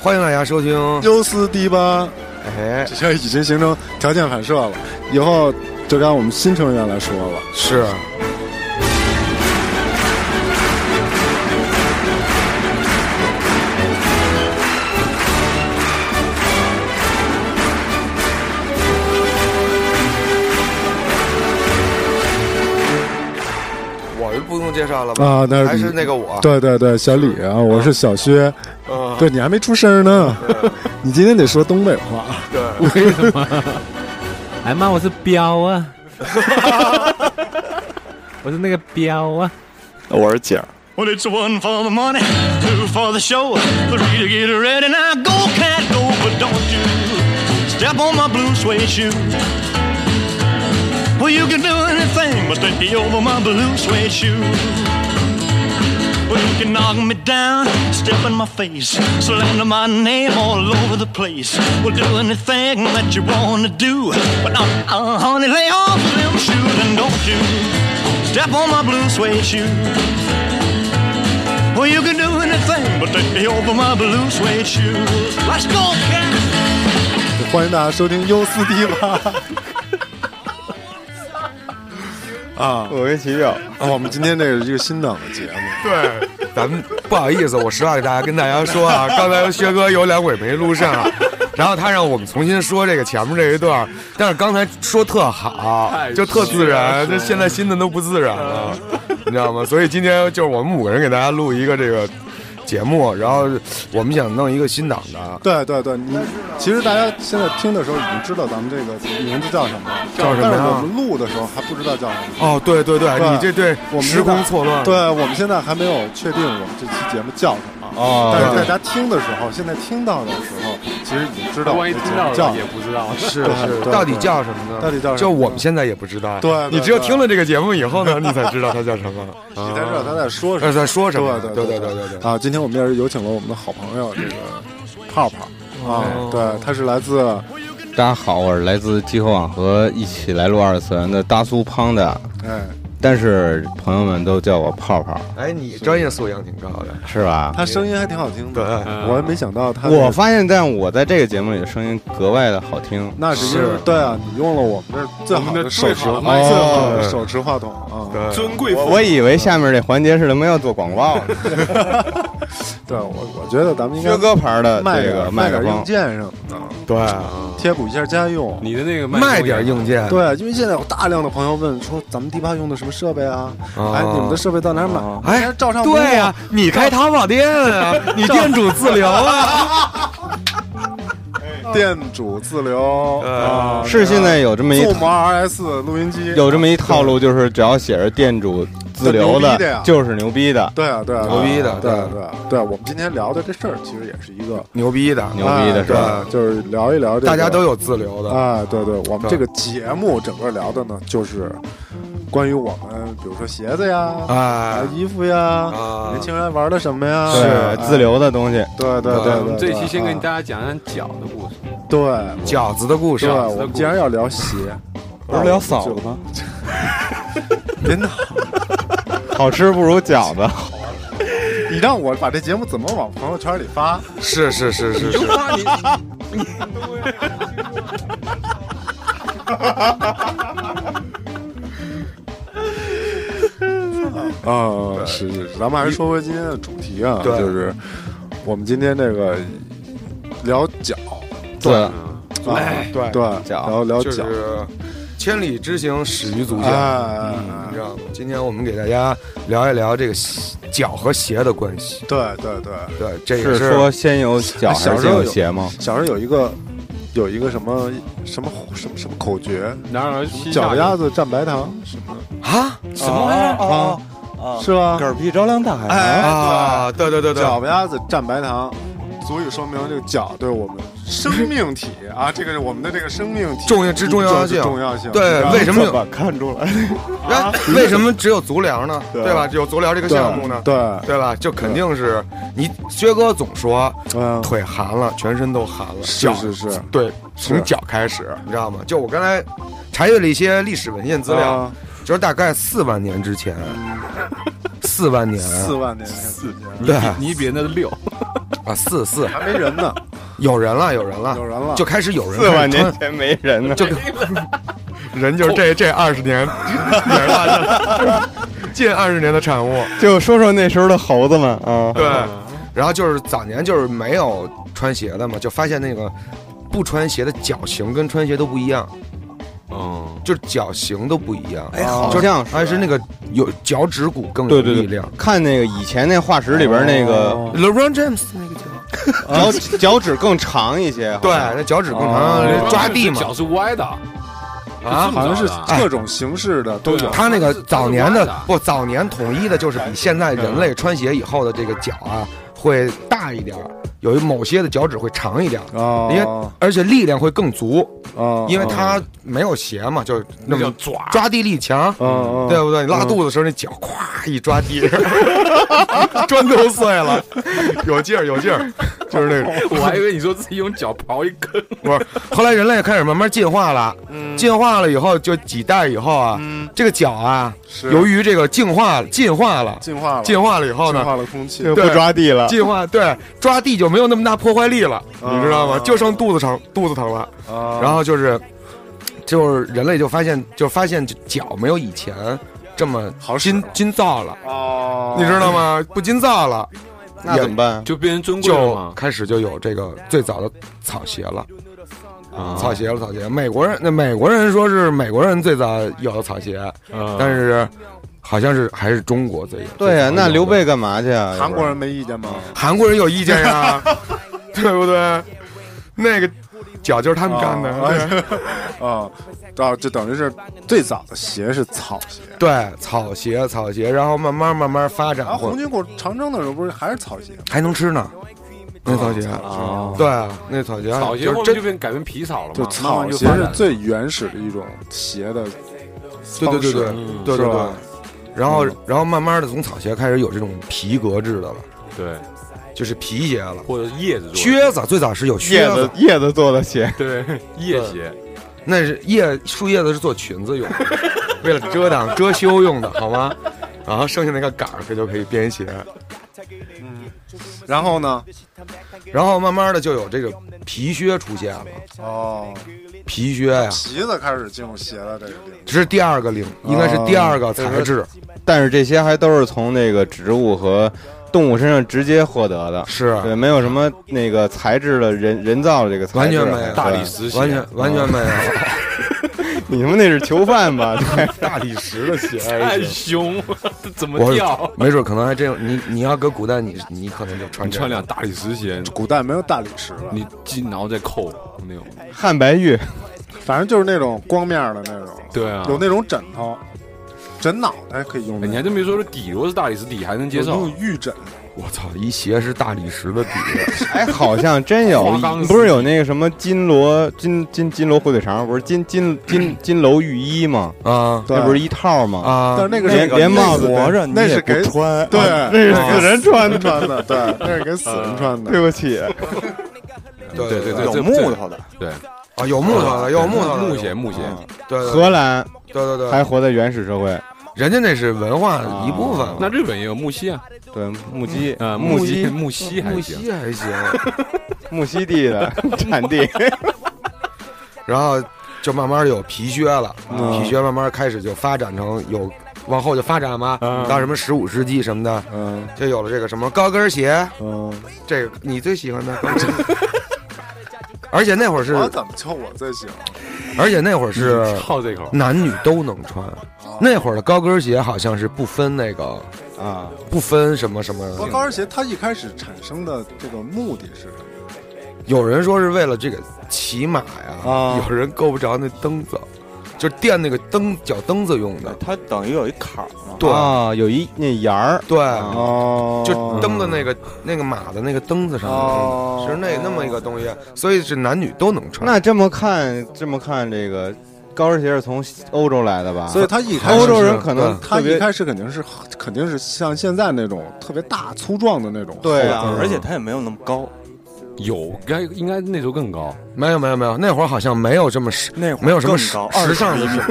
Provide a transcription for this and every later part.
欢迎大家收听。 优斯迪吧，哎，这就已经形成条件反射了。以后就让我们新成员来说了。是啊我就不用介绍了吧？啊那还是那个我。对对对，小李啊，我是小薛。嗯，对你还没出声呢， 你今天得说东北话。对，哎妈，我是彪 啊！我是那个彪啊！我是景儿， Well, it's one for the money, two for the show, three to get ready. Now go, cat, go, but don't you step on my blue suede shoe. Well, you can do anything, but take me over my blue suede shoe. Well, you can knock me down, step in my face, slander my name all over the place. Well, do anything that you want to do, but not, uh, honey, lay off them shoes and don't you step on my blue suede shoe. Well, you can do anything but take me over my blue suede shoes. Let's go, cat. 欢迎大家收听优斯迪 吧。啊，我跟奇妙，我们今天这个是一个新档的节目，咱们不好意思，我实话给大家跟大家说 啊，刚才薛哥有两回没录上，然后他让我们重新说这个前面这一段，但是刚才说特好，就特自然，嗯这现在新的都不自然了，你知道吗？所以今天就是我们五个人给大家录一个这个节目，然后我们想弄一个新档的，对对对，你其实大家现在听的时候已经知道咱们这个名字叫什么了，叫什么呀但是我们录的时候还不知道叫什么。哦，对对对，你这对我们现时在空错乱，对，我们现在还没有确定我们这期节目叫什么，啊哦，但是大对家听的时候，现在听到的时候，其实已经知道我们万一这听节到目叫了什也么。不知道，是对是，对到底对叫什么呢？到底叫什么就我们现在也不知道，啊对对你只有对听了这个节目以后呢，你才知道它叫什 么，你才知道他在说什呃，么。在说什么？对对对对对对。啊！今天我们也是有请了我们的好朋友这个泡泡啊，哦对，他是来自大家好，我是来自集合网和一起来录二次元的大苏胖的，哎，但是朋友们都叫我泡泡，哎，你专业素养挺高的，是吧？他声音还挺好听的，对，我还没想到他那个。我发现，但我在这个节目里声音格外的好听。那是因为是对啊，你用了我们这儿最好的手持我最们的最好好的麦的克手持话筒啊。尊贵我我以为下面这环节是他们要做广 告呢，对，我我觉得咱们应该薛哥牌呃的卖这点个卖麦点克硬风，件什么的，对，贴补一下家用。你的那个卖点硬件，对，因为现在有大量的朋友问说，咱们迪吧用的什么设备啊？啊哎，你们的设备到哪儿买？哎哎，照上不误对呀，，你开淘宝店啊，你店主自留啊，店主自留啊，是现在有这么一 Zoom RS 录音机有这么一套路，就是只要写着店主自留牛逼的呀的，就是牛逼的，对啊，对啊，牛逼的对啊对对啊对啊，我们今天聊的这事儿其实也是一个牛逼的，牛逼的哎是吧？对就是聊一聊这个，大家都有自留的，啊，对对，我们对这个节目整个聊的呢，就是关于我们，比如说鞋子呀，哎啊，衣服呀啊，年轻人玩的什么呀，对，自留，留的东西。对对对对我对们对，这期先啊跟大家讲讲脚的故事。对饺子的故事对，，饺子的我们故既然要聊鞋，不是聊嫂子吗？别闹！好吃不如饺子，你让我把这节目怎么往朋友圈里发？是是是是是，啊，是是是，咱们还是说回今天的主题啊，对就是我们今天这个聊脚，对，啊哎对对，脚然后聊就脚，是千里之行，始于足哎下。哎，哎你知道吗？今天我们给大家聊一聊这个鞋脚和鞋的关系。对对对。对，这也是说先有脚啊还哎是小时先候有鞋吗？小时候有一个有一个什么什么什么什么口诀，然而西夏脚丫子蘸白糖什么啊，什么玩意哦儿？啊，是吧？屁照亮大海哎，啊，对对对对，脚丫子蘸白糖，足以说明这个脚对我们生命体啊，这个是我们的这个生命体重要之重要性重要性。对你知道吗为什么有么看出来？哎，为什么只有足疗呢？对对吧？只有足疗这个对项目呢？对，对吧？就肯定是你薛哥总说嗯，腿寒了，全身都寒了，是脚是是，对，从脚开始，你知道吗？就我刚才查阅了一些历史文献资料，啊就是大概四万年之前，四四万年四万年四年对你比那个六，啊，四四还没人呢，有人了，有人了，有人了啊就开始有人四开始万年穿前没人呢，就人就是这这二十 年演化的 近二十年的产物，就说说那时候的猴子们啊，对。然后就是早年就是没有穿鞋的嘛，就发现那个不穿鞋的脚型跟穿鞋都不一样，哦嗯，就是脚型都不一样。哎好就是像是还是那个有脚趾骨更有对对力对量。，哦看那个以前那化石里边那个 LeBron James 那个脚，脚趾脚趾更长一些，好对，像那脚趾更哦长，抓地嘛脚是歪的，啊。好像是哎各种形式的都有。他那个它是早年它是弯的的不早年统一的就是比现在人类穿鞋以后的这个脚啊会大一点儿，有一某些的脚趾会长一点儿，哦因为而且力量会更足，哦因为它没有鞋嘛，就是那那叫么爪，抓地力强，哦对不啊对？你拉肚子的时候那脚咵一抓地， 砖都碎了，有劲儿有劲儿，就是那种。我还以为你说自己用脚刨一坑，不是，后来人类开始慢慢进化了，嗯进化了以后就几代以后啊，这个脚啊，是由于这个进化进化了，进化了，进化了以后进呢，化了空气，就不抓地了，进化对抓地就没有那么大破坏力了，啊你知道吗？就剩肚子疼，肚子疼了。然然后就是，就是人类就发现，就发现脚没有以前这么好使筋了筋造了，哦，你知道吗？不筋造了，那怎么办？就变成尊贵了就嘛。开始就有这个最早的草鞋了。啊草鞋了，草鞋。美国人，那美国人说是美国人最早有的草鞋，嗯但是好像是还是中国最有。对最呀、早有的那刘备干嘛去啊？韩国人没意见吗？韩国人有意见呀，对不对？那个脚就是他们干的，啊 啊，到就等于是最早的鞋是草鞋，对对，草鞋，草鞋，然后慢慢慢慢发展然后会啊红，军过长征的时候不是还是草鞋吗？还能吃呢。那草鞋，啊，对啊，那草鞋，草鞋就后面真就变改成皮草了嘛，啊就慢草慢就鞋发是展最原始的一种鞋的对方对对式，对嗯对对是对吧。然后然后慢慢的从草鞋开始有这种皮革制的了，对，就是皮鞋了。或者叶子做的靴子最早是有靴 叶子叶子做的鞋，对叶鞋，那是叶树叶子是做裙子用的， 为了遮挡遮羞用的，好吗？然后剩下那个杆儿，它就可以编鞋。然后呢？然后慢慢的就有这个皮靴出现了，哦，皮靴呀、皮子开始进入鞋的这个领域。这是第二个领，啊应该是第二个材质， 但是这些还都是从那个植物和动物身上直接获得的，对，是啊没有什么那个材质的人人造的这个材完质，啊全没有对啊大理石鞋，啊完全完全没有你们那是囚犯 吧？对，大理石的鞋。 哎太凶了，这怎么 我掉？没准可能还真有你，你要搁古代你你可能就穿你这穿个两大理石鞋，古代没有大理石了， 你进然后再扣那种，汉白玉，反正就是那种光面的那种，对啊，有那种枕头，枕脑袋可以用哎的。你还真别说，这底如果是大理石底还能接有那受种，玉枕，我操，一鞋是大理石的底， 哎，好像真有花岗，石不是有那个什么金罗金金金罗火腿肠，不是金金金金楼浴衣吗？啊对那不是一套吗？啊但是！那个连是连帽子那活是着那是给穿啊对那是死人穿的。穿的，对， 那是给死人穿的。对不起，对 对对对这有木头的。对，啊，有木头的，有木头的，木鞋木鞋，对，对对荷兰对对还对，活在原始社会，人家那是文化的一部分嘛。那日本也有木屐啊，对木屐啊木屐屐木屐还木行，西还行，木屐地的 产地， 然后就慢慢有皮靴了，嗯皮靴慢慢开始就发展成有，往后就发展嘛，嗯到什么十五世纪什么的，嗯就有了这个什么高跟鞋，嗯，这个你最喜欢的高 跟鞋。而且那会儿是，我怎么就我最喜欢？而且那会儿是好这口，男女都能穿。那会儿的高跟鞋好像是不分那个啊，不分什么什么不，过高跟鞋它一开始产生的这个目的是什么？有人说是为了这个骑马呀，啊有人够不着那蹬子，就垫那个蹬脚蹬子用的。它等于有一坎儿嘛，对、啊，有一那沿儿，对，哦就蹬的那个那个马的那个蹬子上面，哦是那那么一个东西，所以是男女都能穿。那这么看，这么看，这个高跟鞋是从欧洲来的吧？所以它一开欧始洲人可能它特一别开始肯定是肯定是像现在那种特别大粗壮的那种，对啊啊，而且它也没有那么高，有该应该那就更高，没有没有没有，那会儿好像没有这么时，那会儿没有什么更时高时尚的21事。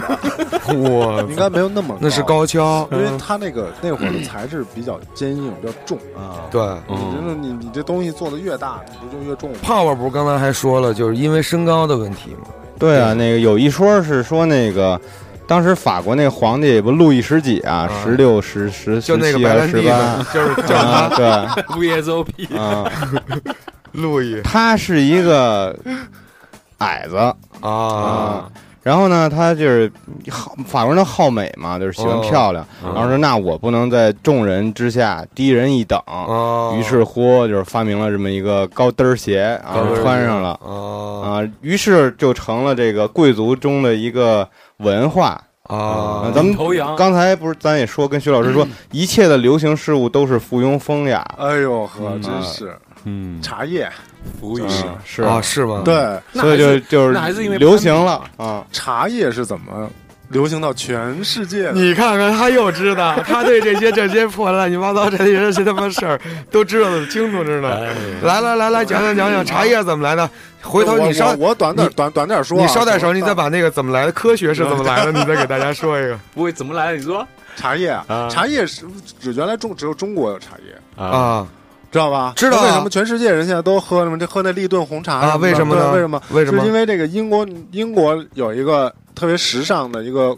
哇， 应该嗯没有那么，那是，高嗯跷，因为它那个那会儿的材质比较坚硬，比较重啊。对。嗯你觉得你你这东西做的越大，你不就越重吗？ Power 不是刚才还说了，就是因为身高的问题嘛。对啊，那个有一说是说那个，当时法国那皇帝不路易十几啊，十六、十十、就十那个七白啊、兰十地八嘛，，就是叫 啊，他对，VSOP 啊，路易他是一个矮子啊，啊。然后呢，他就是好法国人都好美嘛，就是喜欢哦漂亮。然后说，那我不能在众人之下低人一等，哦于是乎就是发明了这么一个高跟儿鞋啊高跟儿，鞋穿上了啊哦啊，于是就成了这个贵族中的一个文化。啊，咱们头羊嗯刚才不是咱也说，跟徐老师说，一切的流行事物都是附庸风雅。啊哎呦呵，嗯真是嗯，茶叶，服役嗯，是啊，是吗？对，那所以还就是就是那还是因为流行了啊。茶叶是怎么流行到全世界的？你看看他又知道，他对这些这些破乱七八糟这些这他妈事儿都知道的清楚着哎呢。来来来来，讲讲讲讲茶叶怎么来的，回头我你稍我我短点你短短点说啊，你稍点手，什么你再把那个怎么来的科学是怎么来的，你再给大家说一个不会怎么来的？你说茶叶啊，茶叶是只原来中只有中国有茶叶，啊知道吧？知道啊为什么全世界人现在都喝什么这喝那立顿红茶啊？的为什么呢？对为什么？？为什是么？因为这个英国英国有一个特别时尚的一个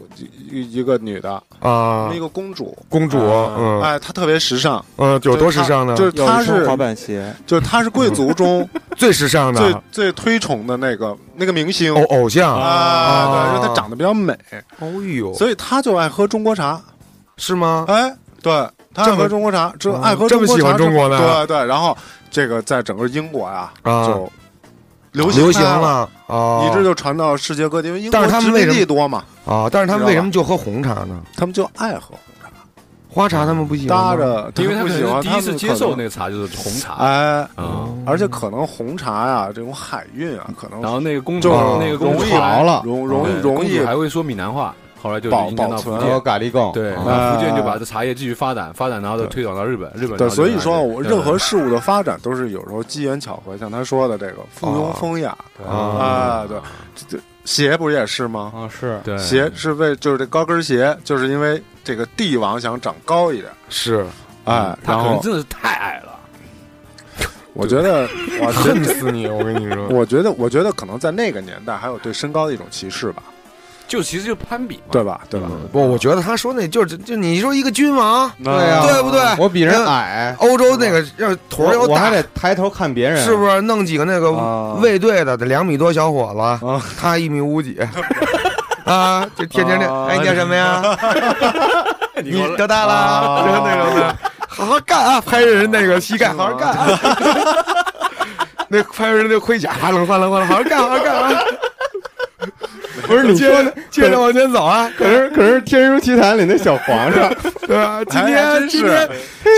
一一个女的，啊一，个公主，公主，嗯哎，她特别时尚，嗯，有多时尚呢？就是她是滑板鞋，就是她是贵族中最时尚的最最推崇的那个那个明星偶偶像。啊，对，因为她啊长得比较美，哦呦，所以她就爱喝中国茶，是吗？哎，对，她这么爱喝中国茶，这嗯爱喝这么中国喜欢茶中国是呢对对，然后这个在整个英国啊啊就流流行开了。了哦，一直就传到世界各地，因为英但国是他殖们为民什么地多嘛，啊，但是他们为什么就喝红茶呢？他们就爱喝花茶他们不喜欢吗搭着，因为他不可喜能欢，是第一他次们接受可能那个茶就是红茶哎，啊，而且可能红茶呀，这种海运啊，可能然后那个公主就哦那个公容主易潮了容容易对容公易主还会说闽南话，后来就保引进到保福存还有建，咖喱贡，对，然啊后福建就把这茶叶继续发展，发展然后就推广到日本，日本对，到所以日本说啊我对任何事物的发展都是有时候机缘巧合，像他说的这个附庸哦风雅啊，对，这这鞋不也是吗？啊是哦对鞋是为就是这高跟鞋，就是因为这个帝王想长高一点，是哎，嗯他然可能后真的是太矮了， 我觉 得，我觉得恨死你！我跟你说，我觉得，我觉得可能在那个年代还有对身高的一种歧视吧，就其实就攀比嘛，。对吧？对吧？不，我觉得他说那就是就你说一个君王，对呀对不对？我比人矮，欧洲那个要我坨儿要我还大，得抬头看别人，是不是？弄几个那个啊卫队的，得两米多小伙子，啊他一米五 几。啊，就天天那，啊哎，你叫什么呀？ 你多大啊啦？就是那种的，好好干啊！拍着人那个膝盖，好好干啊！ 那拍着人那盔甲，哗楞哗楞哗楞，好好干，好好干 啊！不是你接说的着，接着往前走啊！可是可是《天书奇谭》里那小皇上，对吧？今哎呀天真是今天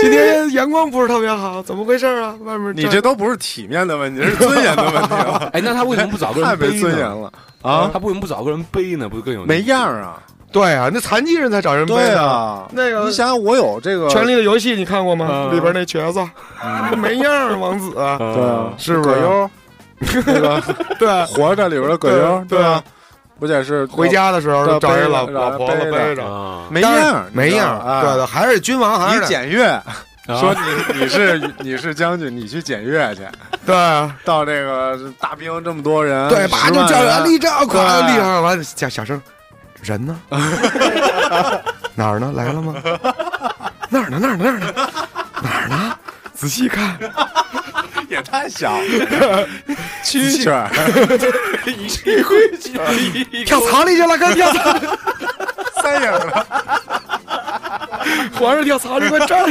今天阳光不是特别好，怎么回事啊？外面 你这都不是体面的问题，这是尊严的问题了哎，那 他为什么不找个太人没背尊严呢？了啊！他为什么不找个人背呢？不是更有没样儿啊！对啊，那残疾人才找人背对呢啊，那个你想想，我有这个《权力的游戏》你看过吗？呃嗯里边那瘸子 没样儿，王子嗯对啊，是不葛是？ 优，那个对，啊活着里边的葛优，对啊对吧？不也是回家的时候对啊找一老背着老婆子背着背着，啊？没当样然儿，没样儿，对儿对，啊。还是君王，还是你得检阅，啊说你你是你是将军，你去检阅去，对啊到这个大兵这么多人，对，爸10就嗯万叫人人哎立正，快对啊立正，完了小小声，人 呢？哪儿呢？来了吗？那儿呢？那儿呢？那儿呢？哪儿呢？仔细看，也太小了， 蛐蛐儿。跳槽里去了，快跳槽！三 影了，皇上跳槽里，快站！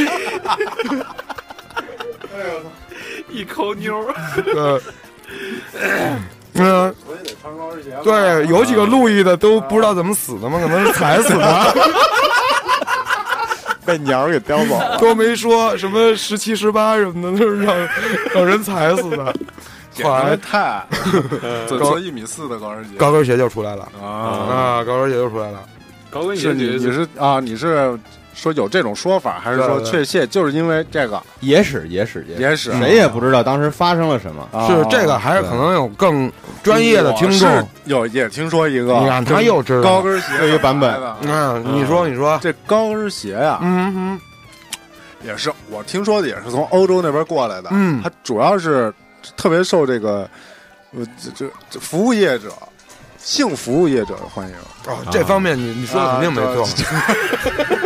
一抠妞儿， 嗯，嗯，所以得穿高跟鞋。对，有几个路易的都不知道怎么死的嘛，可能是踩死 的，被鸟儿给叼走了。都没说什么十七、十八什么的，都是让让人踩死的。后来太， 走做一米四的高跟鞋 高跟鞋就出来了啊，啊，高跟鞋就出来了。高跟是鞋你你你是啊，你是说有这种说法，还是对说对确切就是因为这个野史野史野野史？啊谁也不知道当时发生了什么。啊是这个，还是可能有更专业的听众我是？有也听说一个，你看他又知道高跟鞋这个版本来的嗯，你说，你说，这高跟鞋呀，嗯嗯也是我听说的，也是从欧洲那边过来的。嗯它主要是特别受这个呃这这这服务业者、性服务业者的欢迎。嗯，哦，这方面你你说的肯定没错，啊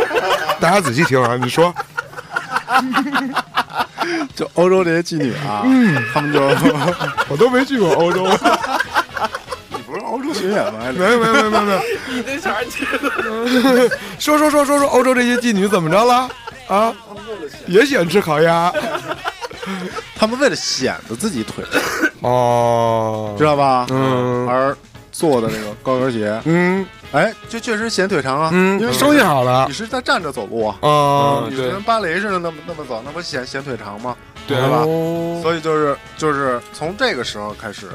大家仔细听啊，你说，就欧洲这些妓女啊，嗯他们就我都没去过欧洲，你不是欧洲巡演 吗？没有没有没有没有没有，你这啥去？说说说说说欧洲这些妓女怎么着了啊？也喜欢吃烤鸭他们为了显得自己腿，哦知，道吧？嗯而做的这个高跟鞋，嗯哎，就确实显腿长啊，嗯，因为生意好了你是在站着走路啊。啊，你是对跟芭蕾似的那么那么走，那不显显腿长吗？对哦对吧吧？所以就是就是从这个时候开始，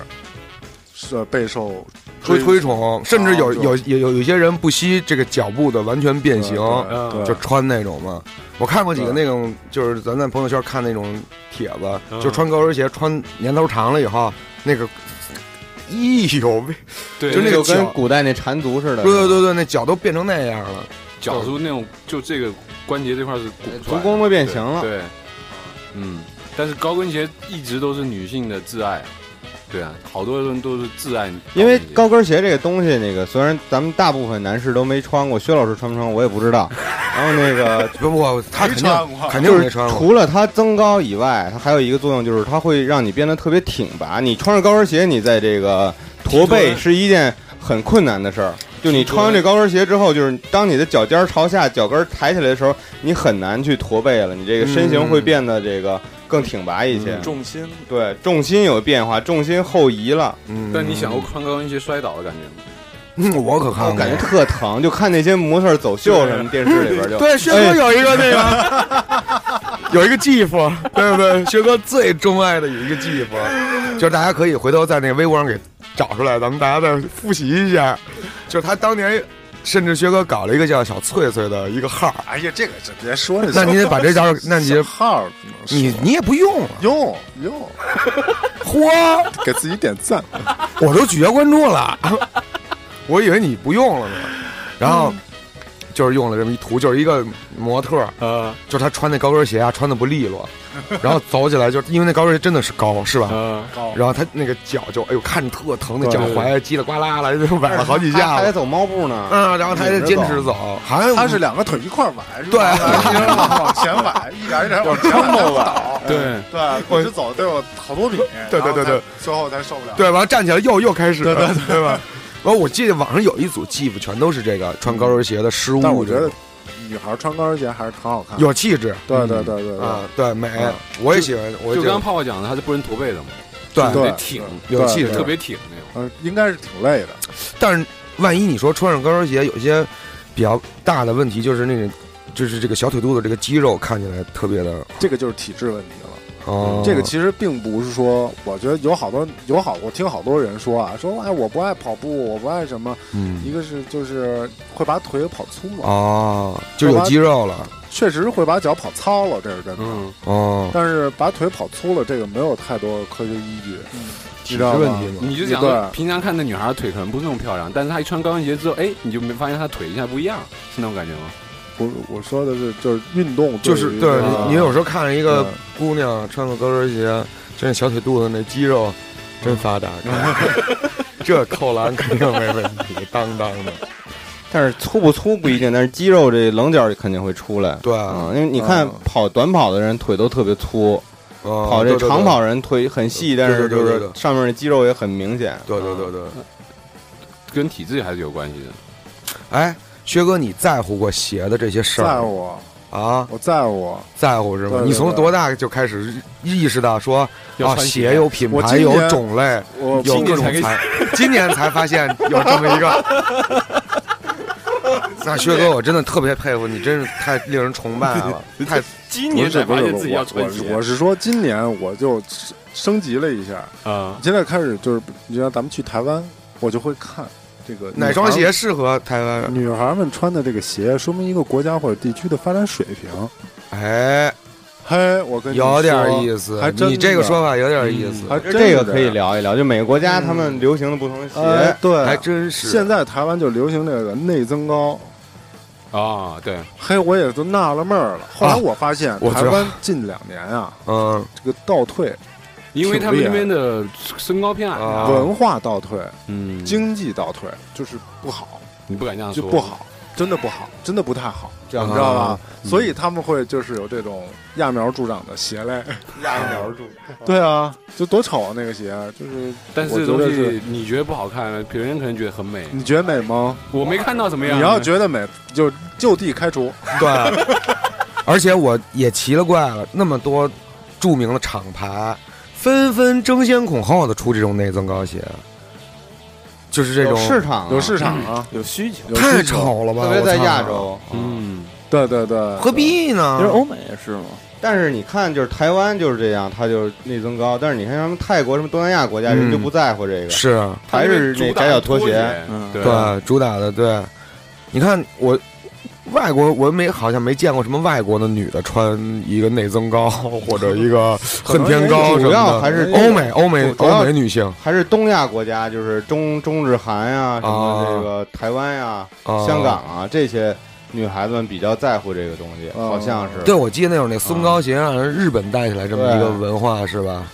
是备受推推追崇，甚至有对有有有有些人不惜这个脚步的完全变形，对对嗯就穿那种嘛。我看过几个对那种，就是咱在朋友圈看那种帖子，嗯就穿高跟鞋穿年头长了以后，那个，咦呦喂，对就那个就跟脚古代那缠足似的。对对对对，那脚都变成那样了。脚是那种，就这个关节这块是哎鼓足出来的弓都变形了。对，嗯，但是高跟鞋一直都是女性的挚爱，对啊，好多人都是挚爱，因为高跟鞋这个东西，那个虽然咱们大部分男士都没穿过，薛老师穿不穿我也不 知道。然后那个不不，他没肯穿定过肯就定是没穿过。除了它增高以外，它还有一个作用就是它会让你变得特别挺拔。你穿着高跟鞋，你在这个驼背是一件很困难的事儿。就你穿嗯上这高跟鞋之后，就是当你的脚尖儿朝下、脚跟儿抬起来的时候，你很难去驼背了。你这个身形会变得这个更挺拔一嗯些。重心。对，重心有变化，重心后移了，嗯但你想过穿高跟鞋摔倒的感觉吗？嗯我可看我过，啊感觉特疼。就看那些模特儿走秀什么电视里边就对，薛哥有一个那个， 有一个继父，对不对？薛哥最钟爱的有一个继父，就是大家可以回头在那个微博上给找出来，咱们大家再复习一下。就是他当年，甚至薛哥搞了一个叫小翠翠的一个号儿，哎呀，这个这别说了，那你得把这招那你小号儿你你也不用啊，用用，嚯，给自己点赞。 我都取消关注了，我以为你不用了呢，然后。就是用了这么一图，就是一个模特儿，呃就是他穿那高跟鞋啊，穿的不利 落，然后走起来就是因为那高跟鞋真的是高，是吧？呃，啊然后他那个脚就，哎呦，看着特疼，那脚踝叽里呱啦了，就崴了好几还下还得了。走猫步呢。嗯，然后他还得坚持走，好像他是两个腿一块儿崴，是吧对然后往前崴，一点一点往前崴，倒。对对，一直走得有好多米，对对对对然后才，最后才受不了。对，完了站起来又又开始，对对对吧？完，我记得网上有一组 GIF，全都是这个穿高跟鞋的失误，但我觉得女孩穿高跟鞋还是挺好看的。嗯有气质对对对嗯对啊对，对美，我也喜欢，我就也刚刚觉泡泡讲的，他是不能驼背的嘛，得对对，得挺，有气质对特别挺那种。呃，应该是挺累的。但是万一你说穿上高跟鞋，有些比较大的问题就是那个，就是这个小腿肚子这个肌肉看起来特别的，这个就是体质问题了。哦，嗯这个其实并不是说，我觉得有好多有好，我听好多人说啊，说哎我不爱跑步，我不爱什么，嗯一个是就是会把腿给跑粗了，哦，就有肌肉了，确实会把脚跑糙了，这是真的。嗯，哦，但是把腿跑粗了，这个没有太多科学依据，你知道是问吗题？吗？嗯你就讲说平常看那女孩的腿可能不是那么漂亮，但是她一穿高跟鞋之后，哎，你就没发现她腿一下不一样，是那种感觉吗？我我说的是就是运动，就是对对于啊你，你有时候看着一个对姑娘穿个高跟鞋，真是小腿肚子那肌肉真发达，嗯 这扣篮肯定没问题，当当的。但是粗不粗不一定，但是肌肉这棱角肯定会出来。对，啊，因为你看嗯跑短跑的人腿都特别粗，跑跑这长跑，人腿很细，但是就对对是对啊上面的肌肉也很明显。对对对对。嗯对跟体质还是有关系的。哎，薛哥，你在乎过鞋的这些事在儿乎我，啊？我在乎我，在乎是对吗？对你从对多大就开始意识到说要啊，穿鞋有品我牌，今有年哦种类，我有各种 材，今年才发现有这么一个。那薛哥，我真的特别佩服你，真是太令人崇拜了，太今不是不是不是我我是我是说今年我就升升级了一下，啊， 呃现在开始就是，你像咱们去台湾，我就会看，这个哪双鞋适合台湾？女孩们穿的这个鞋，说明一个国家或者地区的发展水平。哎，嘿，我跟你有点说意思还，真你这个的嗯说法有点意还思，真这是个可以样。聊一聊，就每个国家他嗯们流行的不同的呃哎鞋，，对，还真是。现在台湾就流行这个内增高，啊，对，嘿，我也就纳了闷儿了。后来我发现，啊我知台道湾近两年啊，嗯，这个倒退，因为他挺们厉那害边的身高偏矮啊啊，文化倒退，嗯，经济倒退，就是不好，你不啊敢这样就说，不好，真的不好，真的不太好，这样你知道吧？嗯所以他们会就是有这种揠苗助长的鞋类，压一苗住。 对啊，就多丑啊那个鞋，就是但是我这觉得东是西你觉得不好看，别人可能觉得很美。你觉得美吗？我没看到怎么样。你要觉得美，就就地开除。 对，而且我也奇了怪了，那么多著名的厂牌纷纷争先恐后的出这种内增高鞋，就是这有种市场啊，有市场啊，嗯有需求，有太需求，丑了吧？特别在我操亚，洲。嗯，对对对，何必呢其实？欧美也是嘛，但是你看，就是台湾就是这样，它就是内增高。但是你看什么泰国、什么东南亚国家，嗯人就不在乎这个，是还是那窄脚拖鞋。嗯对对主打的对，你看我。外国我没好像没见过什么外国的女的穿一个内增高或者一个恨天高什么主要的，还是欧美欧美主要欧美女性还是东亚国家，就是中中日韩呀、什么这个台湾呀、啊，香港啊这些女孩子们比较在乎这个东西，哦好像是对，我记得那会儿那松嗯糕鞋让人日本带起来这么一个文化是吧？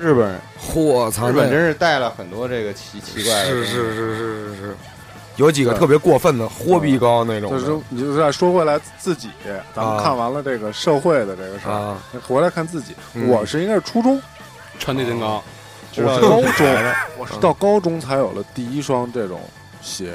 日本人，我操，日本那真是带了很多这个奇奇怪的东是西，是是是是是，有几个对特别过分的豁逼高那种就的，是你就再说回来自己，咱们啊看完了这个社会的这个事儿，啊，回来看自己。嗯我是应该是初中，穿内增高，知我道是这高个中，我是到高中才有了第一双这种鞋，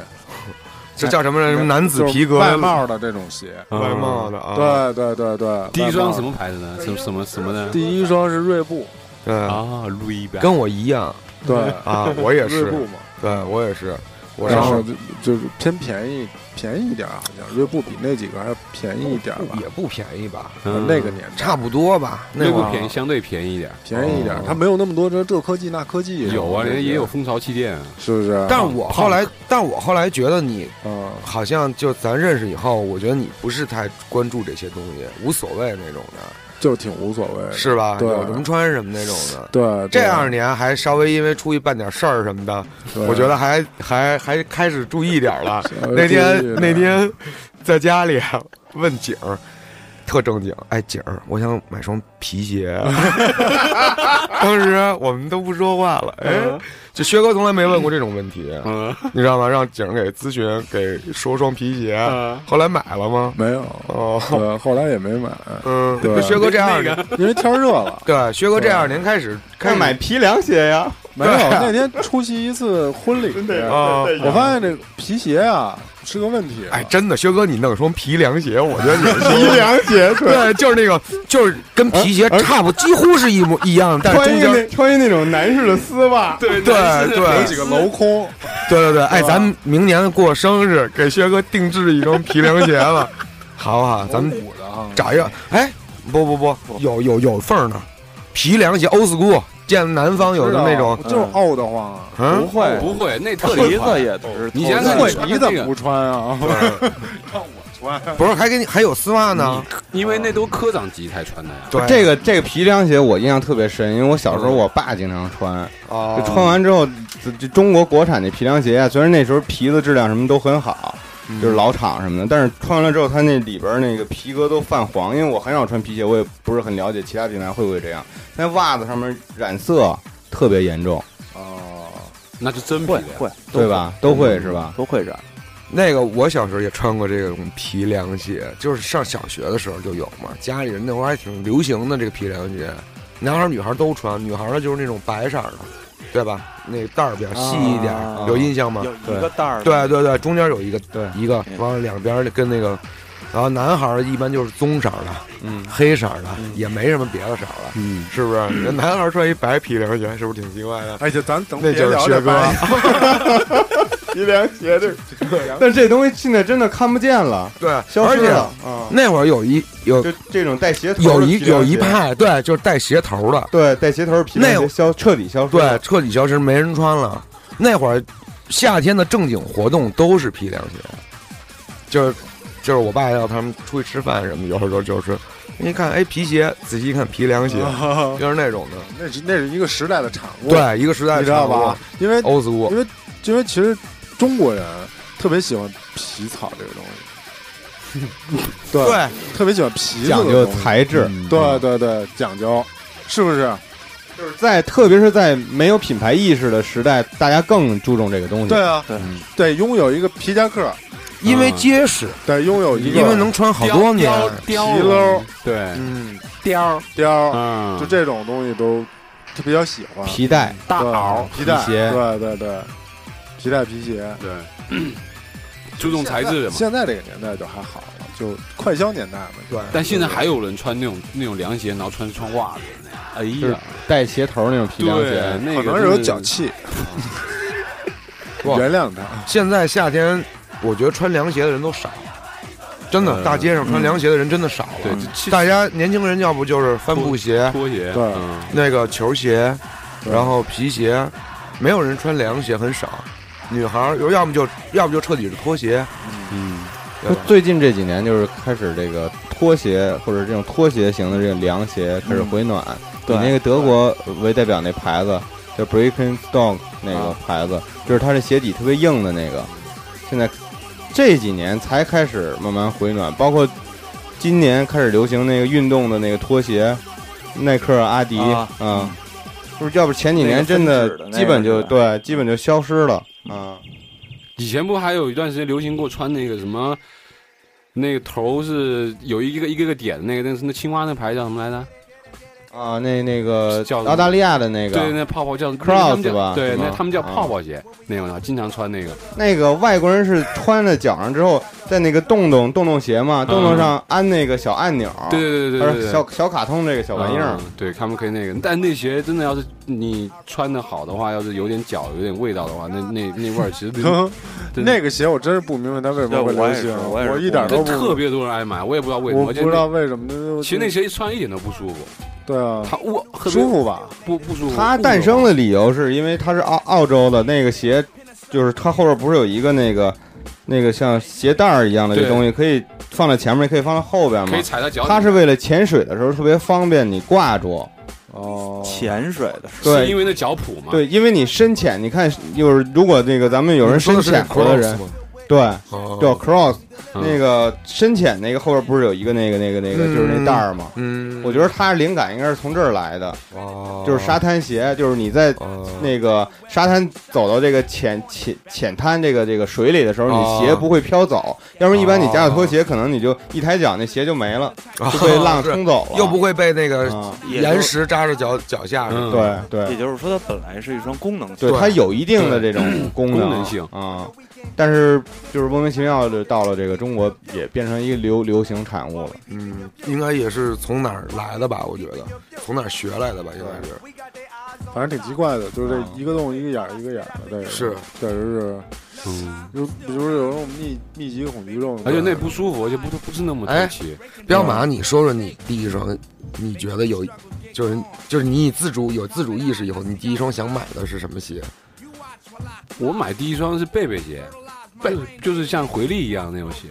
这叫什么什么男子就是皮革外贸的这种鞋。外贸的啊，对对对对，第一双什么？么牌子呢？什么什么什么呢？第一双是锐步，对，啊，路易吧，跟我一样对， 啊，我也锐是步，嘛。对我也是，我然后是就就是偏便宜，便宜一点儿好像锐步比那几个还便宜一点儿吧，也不便宜吧，嗯那个年代差不多吧，那那会部儿便宜，相对便宜一点。便宜一点哦儿，它没有那么多这这科技那科技，有啊，这人些家也有，蜂巢气垫，啊是不是？但我后来，但我后来觉得你嗯，好像就咱认识以后，我觉得你不是太关注这些东西，无所谓那种的。就挺无所谓的，是吧？对有什么穿什么那种的。对，对这二年还稍微因为出去办点事儿什么的，对我觉得还还还开始注意点儿了。稍微那天注意点儿那天在家里啊问景儿，特正经，哎景儿，我想买双皮鞋。啊 当时我们都不说话了，哎，嗯就薛哥从来没问过这种问题，你知道吗？让景儿给咨询，给说双皮鞋，后来买了吗？没有，哦，嗯对，后来也没买，嗯，对就薛哥这二年，，因为天热了对，薛哥这二年开始开看始买皮凉鞋呀，没有。那天出席一次婚礼，啊，我发现这个皮鞋啊是个问题，哎，真的，薛哥，你弄双皮凉鞋，我觉得你 皮凉鞋对，就是那个，就是跟皮鞋差不，几乎是一模一样，但是穿中一间那穿一那种男士的丝袜，对对有对几个镂空，对对对，啊哎，咱们明年过生日给薛哥定制一双皮凉鞋吧，好不好？咱们鼓的啊，找一个，哎，不不不，有有有缝儿呢，皮凉鞋，old school，见南方有的那种我，就是傲得慌啊，嗯，会不会，那特皮别子也都是你先不看会穿你的怎那么不个，穿啊？不是，还给你还有丝袜呢，因为那都科长级才穿的呀。对，这个这个皮凉鞋我印象特别深，因为我小时候我爸经常穿，哦就穿完之后，这这中国国产的皮凉鞋啊，虽然那时候皮子质量什么都很好，就是老厂什么的，但是穿完了之后，它那里边那个皮革都泛黄。因为我很少穿皮鞋，我也不是很了解其他品牌会不会这样。那袜子上面染色特别严重，哦，那就真皮会的呀。会对？吧？都会是吧？都会染，那个我小时候也穿过这种皮凉鞋，就是上小学的时候就有嘛，家里人那会儿还挺流行的这个皮凉鞋，男孩儿女孩儿都穿，女孩儿的就是那种白色儿啊的，对吧？那个带儿比较细一点儿，啊有印象吗？有一个袋儿，对对对，中间有一个对一个，完了两边儿跟那个，然后男孩儿一般就是棕色儿的，嗯，黑色儿的，也没什么别的色儿了，嗯，是不是？人男孩儿穿一白皮凉鞋，是不是挺奇怪的？而且咱等那就是薛哥，皮凉鞋这，但这东西现在真的看不见了，对，消而失且了啊！那会儿有一有就这种带鞋头的有一皮凉有一鞋派，对，就是带鞋头的，对带鞋头的皮那凉会鞋消彻底消失了，对，彻底消失，没人穿了。那会儿夏天的正经活动都是披凉鞋，就是就是我爸要他们出去吃饭什么，有时候就是一看哎皮鞋，仔细一看皮凉鞋，啊就是那种的。那是那是一个时代的产物，，对，一个时代你知道吧？因哦为欧 o 因为因为其实中国人特别喜欢皮草这个东西，对，对，嗯特别喜欢皮子的讲究东西，材质，嗯嗯对对对，讲究，是不是？就是在特别是在没有品牌意识的时代，大家更注重这个东西。对，啊，嗯对，拥有一个皮夹克，因为结实，对，拥有嗯一个因为能穿好多年。皮褛，对，嗯，貂，貂儿，嗯就这种东西都他比较喜欢，啊皮带，大对袄，皮带，皮鞋对对对，皮带皮鞋，对，注重材质的嘛。现在这个年代就还好了，就快消年代嘛，对，但现在还有人穿那种那种凉鞋，然后穿穿袜子，哎就是呀，带鞋头那种皮凉对，鞋，那可能个是有脚气，哇原谅 他，现在夏天，我觉得穿凉鞋的人都少，真的，嗯大街上穿凉鞋的人真的少了。对，就气大家年轻人要不就是帆布鞋、拖鞋，对嗯那个球鞋，对然后皮鞋，没有人穿凉鞋，很少。女孩儿要么就要不就彻底是拖鞋，嗯，对吧最近这几年就是开始这个拖鞋或者这种拖鞋型的这种凉鞋开始回暖。以对那个德国为代表那牌子叫 Breaking Dog 那个牌子，就是它这鞋底特别硬的那个，现在这几年才开始慢慢回暖，包括今年开始流行那个运动的那个拖鞋，耐克、阿迪啊嗯，就是要不前几那年个分真趾的那个基本就是吧对，基本就消失了。啊，以前不还有一段时间流行过穿那个什么，那个头是有一个一个一个点，那个那是那青蛙那牌叫什么来着？啊，那那个叫什么澳大利亚的那个，对，那泡泡叫 Crocs 他们叫吧对，是吗那他们叫啊泡泡鞋，那种的，经常穿那个。那个外国人是穿在脚上之后，在那个洞洞洞洞鞋嘛，洞洞上安那个小按钮，嗯对对对还对是对，小小卡通这个小玩意儿嗯，对他们可以那个，但那鞋真的要是你穿的好的话，要是有点脚有点味道的话，那那那味儿其实真的那个鞋我真是不明白它为什么会对我也流是行，我也是我一点这 都不特别多人爱买，我也不知道为什么，我而且不知那道为什么那。其实那鞋一穿一点都不舒服，对啊，它我舒服吧？不不舒服。它不诞生舒的理由是因为它是澳澳洲的那个鞋，就是它后边不是有一个那个那个像鞋带儿一样的这对东西，可以放在前面，也可以放在后边服，嘛可以。踩到脚底。它是为了潜水的时候特别方便，你挂住。哦，潜水的时是对因为那脚蹼嘛？对，因为你深潜，你看，就是如果那个咱们有人深潜过的人，对，哦叫 cross，嗯那个深浅那个后边不是有一个那个那个那个嗯就是那带儿吗？嗯，哦我觉得它灵感应该是从这儿来的，得就是沙滩鞋，就是你在那那个沙滩走到这个浅浅浅滩这个这个水里的时候，哦你鞋不会飘走，要不然一般你夹脚拖鞋可能你就一抬脚那鞋就没了，就被浪冲走了，又哦啊不会被那个啊，也就岩石扎着脚脚下嗯对对也就是说，它本来是一双功能对，嗯对嗯它有一定的这种功功能性啊。但是就是莫名其妙的到了这个中国，也变成一个流流行产物了。嗯，应该也是从哪儿来的吧？我觉得从哪儿学来的吧，应该是反正挺奇怪的，就是这一个洞一个眼儿一个眼儿的，这个是确实是，嗯，就就是有那种密密集恐惧症嘛，而且那不舒服，而且不不是那么哎透气。彪马，你说说你第一双，你觉得有，就是就是你自主有自主意识以后，你第一双想买的是什么鞋？我买第一双是贝贝鞋，贝就是像回力一样那种鞋。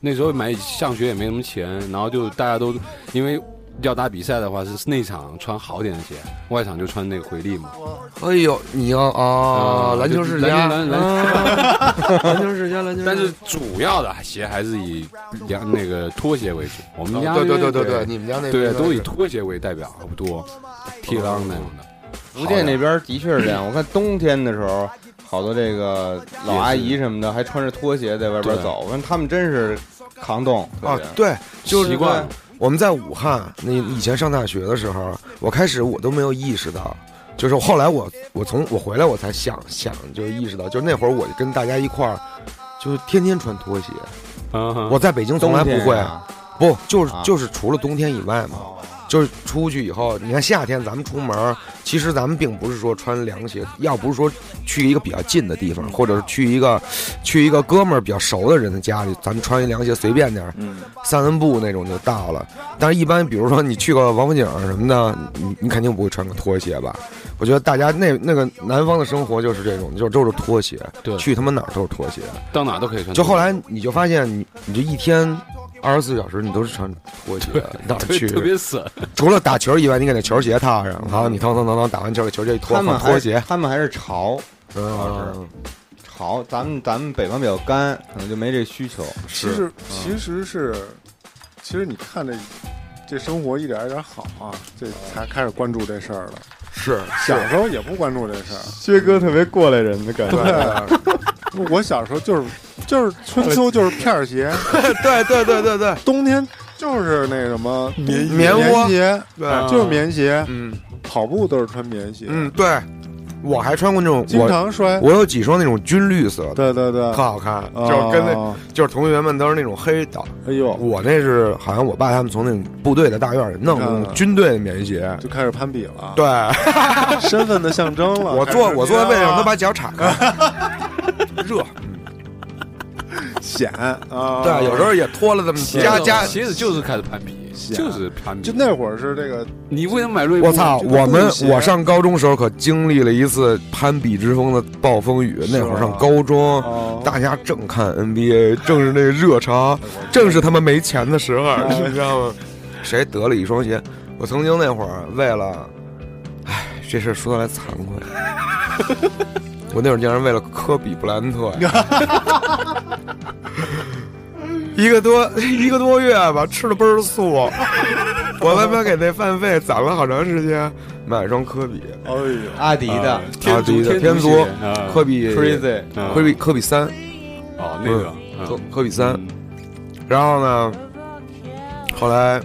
那时候买上学也没什么钱，然后就大家都因为要打比赛的话是内场穿好点的鞋，外场就穿那个回力嘛。哎呦，你要啊，嗯篮球就世家，篮球篮啊篮球世家，篮 球世家。但是主要的鞋还是以凉那个拖鞋为主。我们家哦对对对对对对，你们家那哦对边都以拖鞋为代表，差不多踢裆那种的。福建那边的确是这样，我看冬天的时候，好多这个老阿姨什么的还穿着拖鞋在外边对走，我看他们真是扛冻啊对，对，就是习惯了我们在武汉，那以前上大学的时候，我开始我都没有意识到，就是后来我我从我回来我才想想，就是意识到，就是那会儿我就跟大家一块儿，就是天天穿拖鞋。嗯，我在北京从冬来不天会，啊不就是啊就是除了冬天以外嘛，就是出去以后，你看夏天咱们出门，其实咱们并不是说穿凉鞋，要不是说去一个比较近的地方，或者是去一个去一个哥们儿比较熟的人的家里，咱们穿一凉鞋随便点儿嗯，散散步那种就到了。但是，一般比如说你去个王府井什么的，你你肯定不会穿个拖鞋吧？我觉得大家那那个南方的生活就是这种，就是都是拖鞋，对去他妈哪儿都是拖鞋。到哪都可以穿。就后来你就发现你，你就一天二十四小时你都是穿拖鞋， 哪儿对去？特别损，除了打球以外，你给那球鞋套上，然后你腾腾腾腾打完球，给球鞋一脱，啊他们换还拖鞋。他们还是潮嗯，潮，咱们咱们北方比较干，可能就没这需求。其实其实是，其实你看这这生活一点一点好啊，这才开始关注这事儿了。是 小时候也不关注这事儿，薛哥特别过来人的感觉，对。啊我小时候就是就是春秋就是片 儿鞋，对对对对对，冬天就是那什么棉棉窝鞋，对就是棉鞋，嗯跑步都是穿棉鞋，嗯，对，我还穿过那种，经我常摔。我有几双那种军绿色的，对对对，特好看，就啊是跟那就是同学们都是那种黑的，哎呦，我那是好像我爸他们从那种部队的大院里弄的那种嗯军队的棉鞋。就开始攀比了，对， 身份的象征了。我开始坐我坐在位置上都啊把脚岔开， 热。显啊，对，有时候也脱了这么加加。鞋子就是开始攀比，鞋就是攀比。就那会儿是这个你为什么买瑞？我操！这个啊我们布鞋我上高中时候可经历了一次攀比之风的暴风雨。是吧那会儿上高中，哦，大家正看 NBA，正是那个热潮，正是他们没钱的时 候，哎你知道吗？谁得了一双鞋？我曾经那会儿为了，唉，这事儿说来惭愧， 我那会儿竟然为了科比布兰特呀。一个多一个多月吧，吃的倍儿素。啊我他妈给那饭费攒了好长时间，买双科比，哎呦，阿迪的阿天迪竺的天天竺竺鞋啊，科比， Crazy，啊科比科比三，哦那个科嗯科比三。然后呢，后来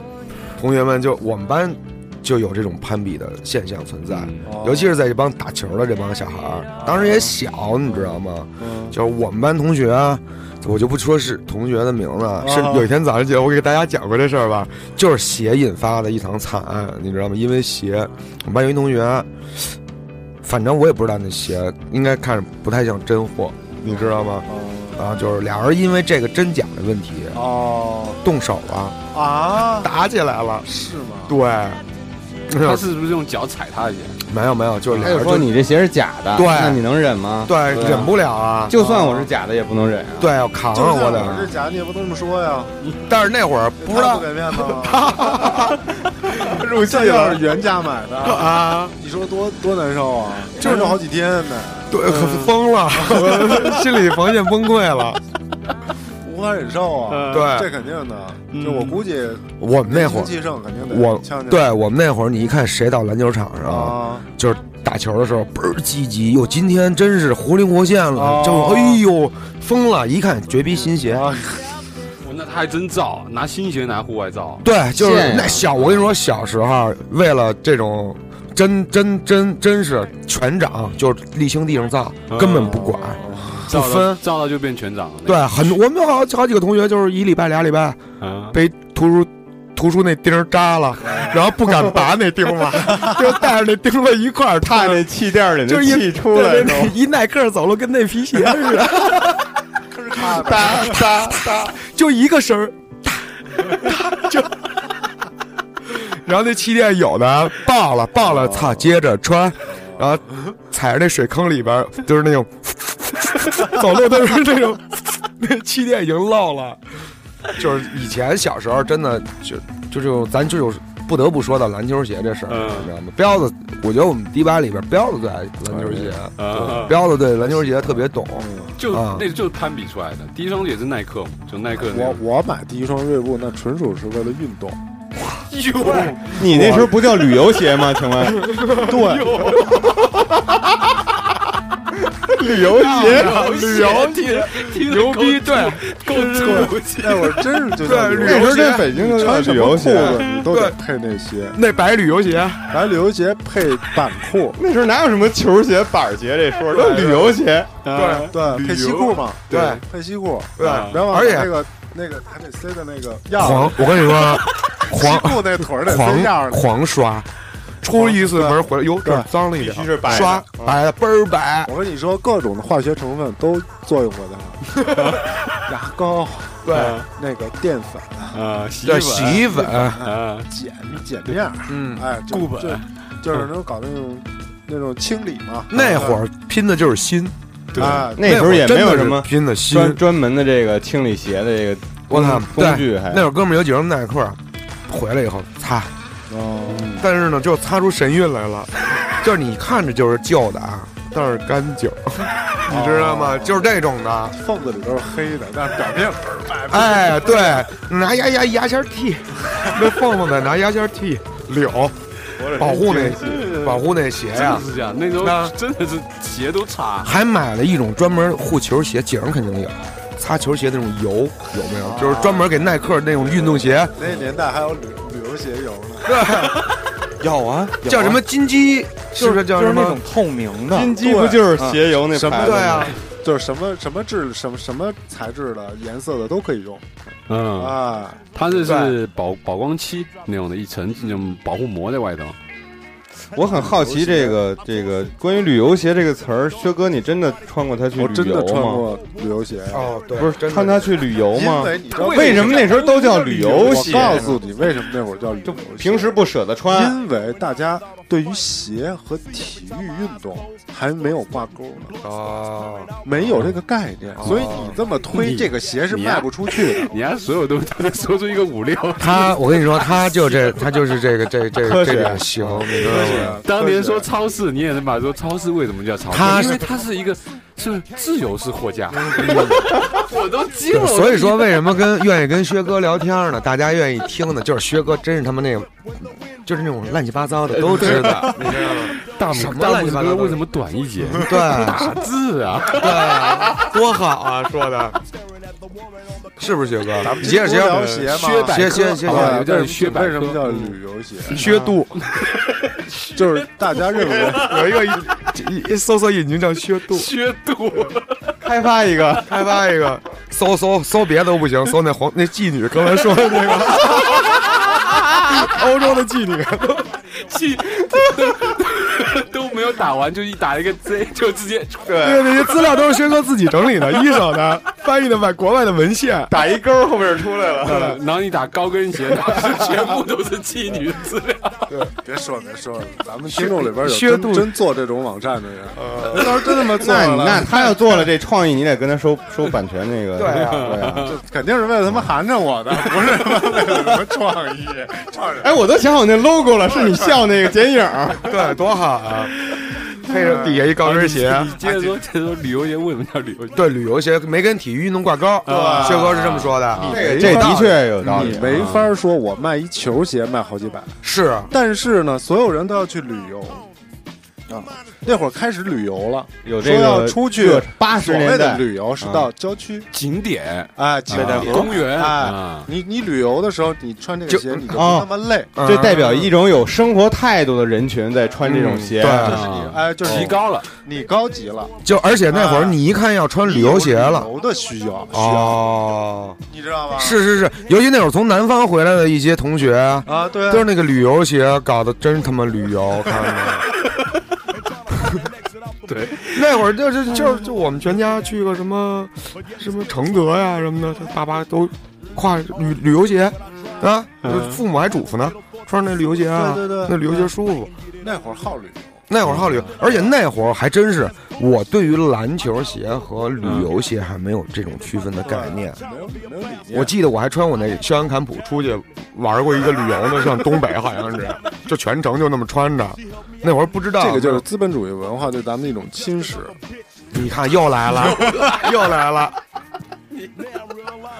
同学们就我们班就有这种攀比的现象存在，嗯尤其是在这帮打球的这帮小孩儿，当时也小，你知道吗？嗯就是我们班同学，啊我就不说是同学的名字了，是啊有一天早上起来，我给大家讲过这事儿吧，就是鞋引发的一场惨案，你知道吗？因为鞋，我们班有一同学，啊反正我也不知道那鞋应该看着不太像真货，你知道吗？啊，就是俩人因为这个真假的问题哦动手了，啊，打起来了。是吗？对，他是不是用脚踩他一下？没有没有，就是俩他就人就说你这鞋是假的，对那你能忍吗？对忍不了啊。就算我是假的，也不能忍啊。对，我扛就是啊，我我我得。是假，你也不能这么说呀，但是那会儿不知他道不给面子啊吗。入这要是原价买的，啊，你说多多难受啊！就是难受好几天呢，对，可疯 了，心理防线崩溃了。无法忍受啊。嗯对这肯定的。就我估计，我们那会儿，气盛肯定得我呛呛对我们那会儿，你一看谁到篮球场上，啊，就是打球的时候倍儿积极，哟，今天真是活灵活现了哦，就哎呦疯了，一看绝逼新鞋。啊我那他还真造，拿新鞋拿户外造，对，就是现那小，我跟你说，小时候啊为了这种。真真真真是全掌，就是沥青地上造，根本不管，不造到分。造到就变全掌了。那对个，很我们有好好几个同学，就是一礼拜俩礼拜啊，被图书图书那钉儿扎 了，然后不敢拔那钉 了，就带着那钉子一块儿踏怕那气垫里就那是一气出来对，对对一耐克走路跟那皮鞋似 的，哒哒哒，就一个声儿，就。然后那气垫有的爆了，爆了，操，接着穿，然后踩着那水坑里边儿，就是那种走路都是那种，那气垫已经漏了。就是以前小时候真的就就就咱就有不得不说到篮球鞋这事儿，嗯你知道吗？彪子，我觉得我们迪吧里边彪子最爱篮球鞋，啊彪子对篮球鞋特别懂。就啊那就是攀比出来的。第一双也是耐克嘛，就耐克那我个。我买第一双锐步，那纯属是为了运动。啊你那时候不叫旅游鞋吗？请问，对，旅游鞋，旅游牛逼，对，那会儿真是就像对旅游那时候旅游在鞋北京都叫穿什旅么游裤鞋，子你都得配那鞋，那白旅游鞋，然后旅游鞋配板裤，那时候哪有什么球鞋、板鞋这说，都是旅游鞋。呃 Uh, 对对，配西裤嘛，对，配西裤，对然后而且那个那个还得塞在那个狂钥匙，！ 我跟你说，狂西部那腿儿得这样狂的。狂刷，出一次门回来，哟，这儿脏了一点，必须是白的嗯刷白的倍儿白，我跟你说，各种的化学成分都作用过它， 牙膏，呃对那个淀粉、Uh, 啊，洗对，洗衣粉，嗯啊，碱、碱面，嗯，哎，就固本就就是能搞那种那种清理嘛。那会儿拼的就是心，对，哎 那时候也没有那会什儿真的么是拼的心，专专门的这个清理鞋的这个我操，嗯工对，具，还那会儿哥们儿有几双耐克，回来以后擦，哦，但是呢，就擦出神韵 来了，就是你看着就是旧的啊，但是干 净，你知道哦吗？就是这种的，缝子里都是黑的，但是表嗯面不是白。哎，对，拿牙牙牙签剃，那缝缝的拿牙签剃，柳，保护那保护那鞋真哎呀、的是这样。那时那候真的是鞋都擦，还买了一种专门护球鞋，景儿肯定有。擦球鞋那种油有没啊有？就是专门给耐克那种运动鞋，那年代还有旅旅游鞋油呢，有啊，有啊叫什么金鸡，是就不是是叫就什是那么种？透明的，金鸡不就是嗯鞋油那什么牌子对吗？啊，就是什么什么质、什么什么材质的、颜色的都可以用嗯，啊。它这对是保保光漆那种的一层那种保护膜在外头。我很好奇这个这个关于旅游鞋这个词儿，薛哥，你真的穿过它去我旅真的游穿吗？过旅游鞋，哦，对，不是穿它去旅游因吗？为你知道为什么那时候都叫旅游我鞋？告诉你为什么那会儿叫旅游鞋，平时不舍得穿，因为大家对于鞋和体育运动还没有挂钩呢，哦，没有这个概念，哦所以你这么推这个鞋是卖不出去的。你看所有东西都能说出一个五六。 他，我跟你说，他就这，他就是这个这这科这学点行，你哦知道嗯吗？当年说超市，你也能把说超市为什么叫超市？它是因为它是一个是自由式货架， 我都惊对了。所以说，为什么跟愿意跟薛哥聊天呢？大家愿意听呢，就是薛哥真是他妈那个，就是那种乱七八糟的都知道，你知道吗？大什么拇大乱七八拇糟哥的为什么短一截？嗯对打字啊，对，多好啊，说的，是不是薛哥？你接着接聊着，鞋嘛，薛薛薛薛啊好吧薛有点薛白为什么叫旅游鞋？薛 度，就是大家认为有一个一一搜索引擎叫薛度，缺度。开发一个。 开发一个，搜搜搜别的都不行，搜那黄那妓女刚才说的那个， 欧洲的妓女，气 都没有打完，就一打一个 Z 就直接因 为那些资料都是薛哥自己整理的，一手的，翻译的外国外的文献。打一勾后边出来了，呃，然后你打高跟鞋，当时全部都是妓女的资料。 别说了别说了，咱们听众里边有薛薛真度真做这种网站的人，呃那时候真他妈做那你那了，他要做了这创意，你得跟他收收版权那个。对啊对啊。这肯定是为了他妈寒碜 我的，不是他妈为了什么创意，创意。哎，我都想好那 logo 了，是你笑那个剪影儿。对，多好啊！配上底下一高跟鞋，你接着说，接着说，旅游鞋为什么叫旅游 鞋？对，旅游鞋没跟体育运动挂钩，啊薛哥是这么说的，哎这的确有道理啊你。没法说我卖一球鞋卖好几百，是但是啊呢，所有人都要去旅游啊。那会儿开始旅游了，有这个说要出去八十所谓年的代啊旅游是到郊区景点、啊，景点公园啊啊，，你你旅游的时候，你穿这个鞋就你就不啊那么累，嗯这代表一种有生活态度的人群在穿这种鞋，嗯就是啊哎，就是你提高了。你高级了，就而且那会儿你一看要穿旅游鞋了旅。游的需要，哦，你知道吗？是是是，尤其那会儿从南方回来的一些同学，啊，对啊，都是那个旅游鞋搞得真他妈旅 游，看着没有？对，那会儿就是就是就我们全家去个什么什么承德呀什么的，他爸爸都挎旅旅游鞋啊，就父母还嘱咐呢，穿着那旅游鞋啊，嗯对对对那旅游鞋舒服。那会儿好旅游，那会儿好旅游，而且那会儿还真是，我对于篮球鞋和旅游鞋还没有这种区分的概念。没有没有理念。我记得我还穿我那肖恩坎普出去玩过一个旅游呢，上东北好像是，就全程就那么穿着。那会儿不知道这个就是资本主义文化对咱们的一种侵蚀，你看又来了， 又来了。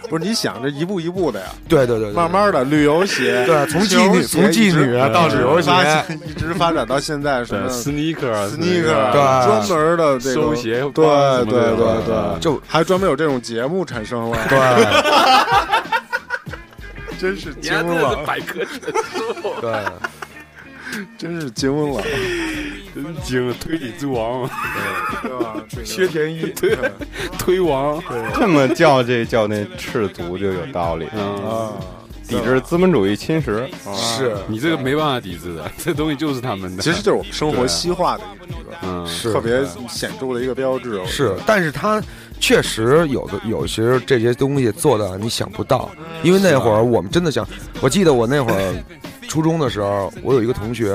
不是？你想这一步一步的呀，对对对，对慢慢的旅游鞋，对从妓女球鞋从妓女啊到旅游鞋一直发现一直发展到现在什么呃嗯 sneaker、 sneaker，啊对专门的这个收鞋对帮什么对的对对，就还专门有这种节目产生了， 对真是你惊看，真的是了，百科全书，对，真是惊了，真精，推理之王，对吧？这个田一推王，啊这么叫这叫那赤足就有道理。嗯，啊，抵制资本主义侵蚀。是你这个没办法抵制的，这东西就是他们的。其实就是我们生活西化的一个嗯，是特别显著的一个标志。我觉得是，但是他确实有的有些这些东西做的你想不到，因为啊那会儿我们真的想，我记得我那会儿初中的时候，我有一个同学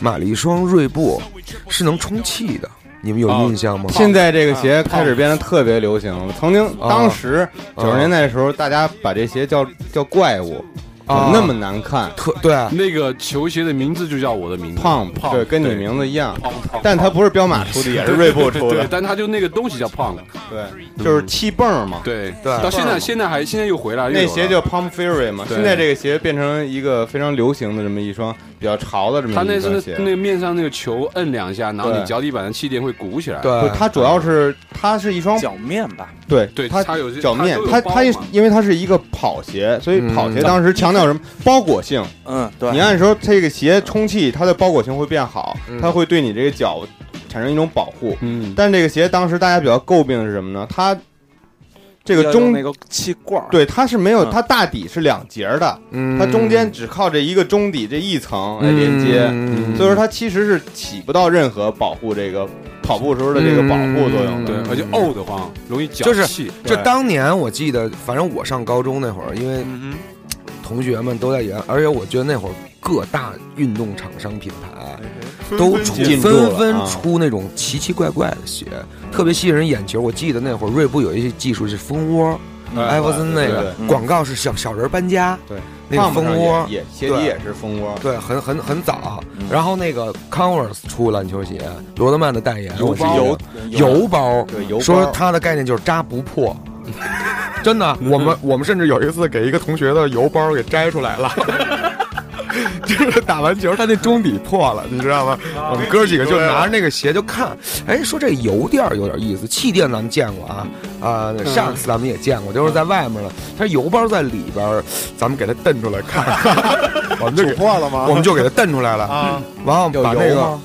买了一双锐步，是能充气的，你们有哦印象吗？现在这个鞋开始变得特别流行哦了。曾经啊当时九十年代的时候，大家把这鞋叫叫怪物，怎么哦那么难看？特对啊那个球鞋的名字就叫我的名字，胖胖，哦对，跟你名字一样，胖但它不是彪马出的，也是锐 步出 对的，，但他就那个东西叫胖，嗯对，就是气泵嘛。对对到现在现在还现在又回来，又啊有那了鞋叫 Palm Fury 嘛，对现在这个鞋变成一个非常流行的这么一双比较潮的这么他那一是双那鞋。那个面上那个球摁两下，然后你对脚底板的气垫会鼓起来，对不，它主要是它是一双脚面吧，对呃对，它它有些脚面，它它都它有一包嘛因为它是一个跑鞋，所以嗯跑鞋当时强调什么包裹性。嗯，对，你按说这个鞋充气，它的包裹性会变好，嗯它会对你这个脚产生一种保护。嗯，但这个鞋当时大家比较诟病的是什么呢？它这要个有中那个气罐儿，对它是没有，嗯它大底是两节儿的，嗯它中间只靠这一个中底这一层来连接，嗯所以说它其实是起不到任何保护这个跑步时候的这个保护作嗯用的。对，而且怄得慌，容易脚就是气，这当年我记得，反正我上高中那会儿，因为嗯同学们都在研，而且我觉得那会儿各大运动厂商品牌都出进驻纷了纷啊出那种奇奇怪怪的鞋，特别吸引人眼球。我记得那会儿锐步有一些技术是蜂窝，艾弗森那对个对对广告是小小人搬家，对，那个蜂窝，也嗯鞋底也是蜂窝，对，很很很早。然后那个 Converse 出篮球鞋，罗德曼的代言，油我记包得油油包，对油包说它的概念就是扎不 破。真的，我嗯们我们甚至有一次给一个同学的油包给摘出来了， 就是打完球他那中底破了，你知道吗？啊我们哥几个就拿着那个鞋就看，哎，说这油垫儿有点意思，气垫咱们见过啊，啊、嗯上次咱们也见过，就是在外面了，它油包在里边儿，咱们给它蹬出来看， 我们就给煮破了啊吗？我们就给它蹬出来了，啊，然后把那有油个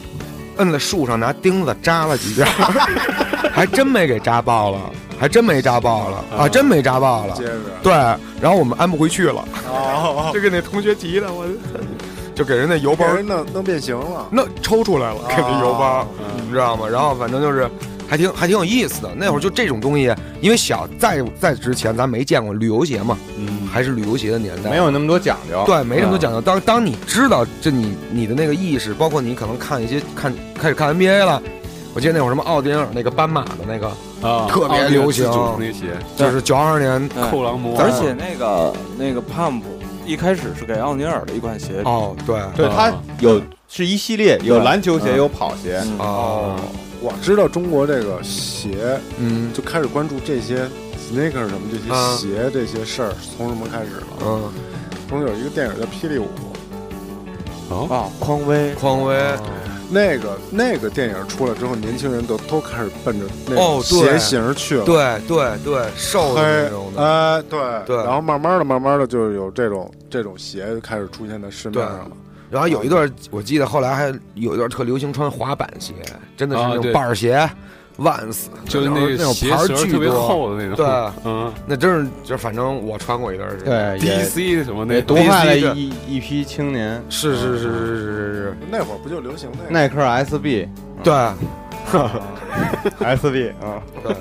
摁在树上，拿钉子扎了几 下，还真没给扎爆了，还真没扎爆了啊，真没扎爆了 接。着对，然后我们安不回去了，哦，就给那同学急的，我就给人那油给包人弄弄变形了。那抽出来了，给那油包，啊你知道吗？然后反正就是。还挺还挺有意思的，那会儿就这种东西，因为小在在之前咱没见过旅游鞋嘛，嗯，还是旅游鞋的年代，没有那么多讲究。对，没什么多讲究。当当你知道这你你的那个意识，包括你可能看一些看开始看 NBA 了，我记得那会儿什么奥丁尔那个斑马的那个，啊，特别奥运流行自主那鞋，对就是九二年嗯扣狼啊魔，而且那个那个 Pump 一开始是给奥尼尔的一款鞋，哦，对，对，它啊有是一系列，有对篮球鞋，嗯有跑鞋。嗯哦，我知道中国这个鞋嗯就开始关注这些 sneaker 什么这啊些鞋这些事儿，从什么开始了？嗯，从有一个电影叫《霹雳舞》，啊，匡威，匡威，那个那个电影出来之后，年轻人都都开始奔着那哦个对鞋型去了。对对对，瘦的那种黑，的，哎，对对然后慢慢的、慢慢的，就有这种这种鞋就开始出现在市面上了。然后有一段我记得后来还有一段特流行穿滑板鞋，真的是啊那种对板儿鞋。万斯就是那那个种鞋牌儿舌巨特别多厚的那种，对，嗯那真是就反正我穿过一段儿时间，对，也，DC 什么那也毒种害了 DC 的一一批青年。是是是是是是是，那会儿不就流行那个？耐克 SB 对， SB 啊，对，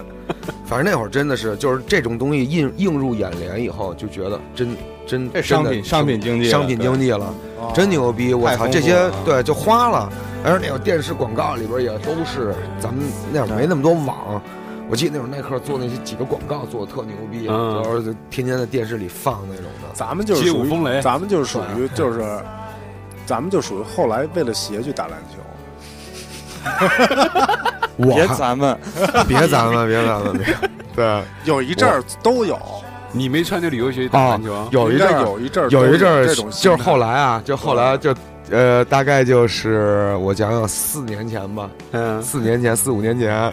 反正那会儿真的是，就是这种东西映映入眼帘以后，就觉得真真这商品真的商品经济了商品经济了，真牛逼！我太操，丰富这些了啊对就花了，而那个电视广告里边也都是，咱们那会儿没那么多网。我记得那会儿耐克做那些几个广告做的特牛逼，嗯然后就天天在电视里放那种的。咱们就是街舞属于风雷啊咱们就是属于就是，咱们就属于后来为了鞋去打篮球。别我咱们 别咱们别咱们 别，对，有一阵儿都有，你没穿那旅游鞋打篮球啊，哦有一阵应该儿有一阵儿都有一阵儿这种心就是态后来啊，就后来就呃，大概就是我想想四年前吧，嗯，四年前四五年前，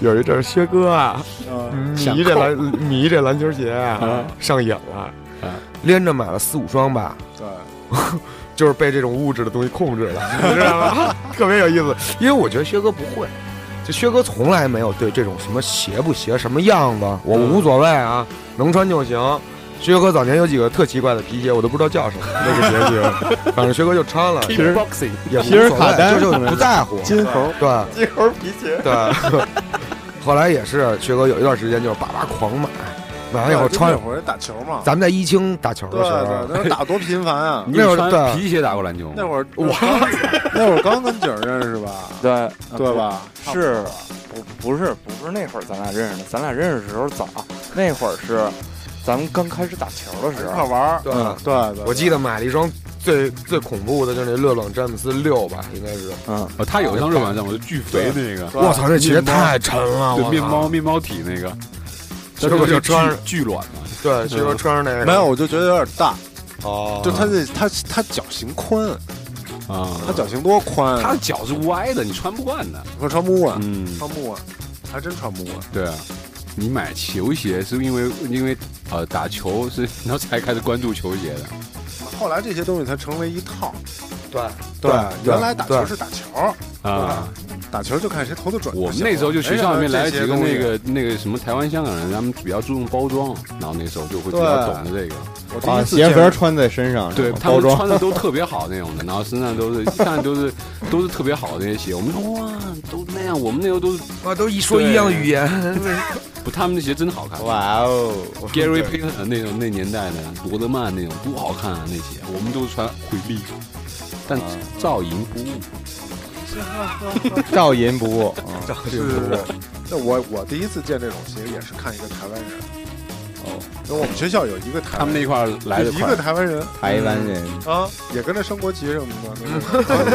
有一阵儿薛哥啊，嗯迷这篮迷这篮球鞋啊，上瘾了啊，连着买了四五双吧，对，就是被这种物质的东西控制了， 你知道吗？特别有意思，因为我觉得薛哥不会。就薛哥从来没有对这种什么鞋不鞋、什么样子，我无所谓啊，能穿就行。薛哥早年有几个特奇怪的皮鞋，我都不知道叫什么，那个结局，反正薛哥就穿了，实 boxing 也无皮尔所卡丹谓，就是不在乎，金猴对金猴皮鞋，对。 后来也是薛哥有一段时间就是叭叭狂买，买完以后哎穿那，会儿打球嘛，咱们在一清打球对的时对，候，那会儿打多频繁啊！你那会儿穿对皮鞋打过篮球吗？那会儿我那会儿刚跟景儿认识吧，对 对？吧？是，不不是不是那会儿咱俩认识的，咱俩认识的时候早，那会儿是咱们刚开始打球的一时块候。玩儿，对嗯对对，我记得得买了一双最最恐怖的，就是那勒布朗詹姆斯六吧，应该是。嗯，哦，他有一双日本战，我就巨肥那个，我操，那鞋太沉了，对我面包操。面包体那个，结果就穿上巨巨软嘛，对，薛哥穿上那个没有，我就觉得有点大，哦，就他那他他脚型宽，啊，他脚型多宽他啊的，脚是歪的，你穿不惯的。我穿不惯，嗯，穿不惯，还真穿不惯。对啊，你买球鞋是因为因为呃打球是 然后才开始关注球鞋的，后来这些东西才成为一套，对对对，原来打球对是打球，啊，打球就看谁投的准就行了。我们那时候就学校里面来了几个哎呀那，个那个什么台湾、香港人，他们比较注重包装，然后那时候就会比对较懂得这个，这些东西把我第一次啊鞋见盒穿在身上，对然后他包们装穿的都特别好那种的，然后身上都是看着都是都是特别好的那些鞋，我们说哇都那样，我们那时候都是啊，都一说一样语言，不，他们的鞋真好看。哇哦， Gary Payton 的那种那年代的罗德曼那种多好看啊！那鞋我们都穿回力，但照赢不误。照银不误，嗯是是是，那我我第一次见这种鞋也是看一个台湾人，哦，那我们学校有一个台他湾们人，那块儿来的就一快个，台湾人台湾人啊，也跟着升国旗什么的那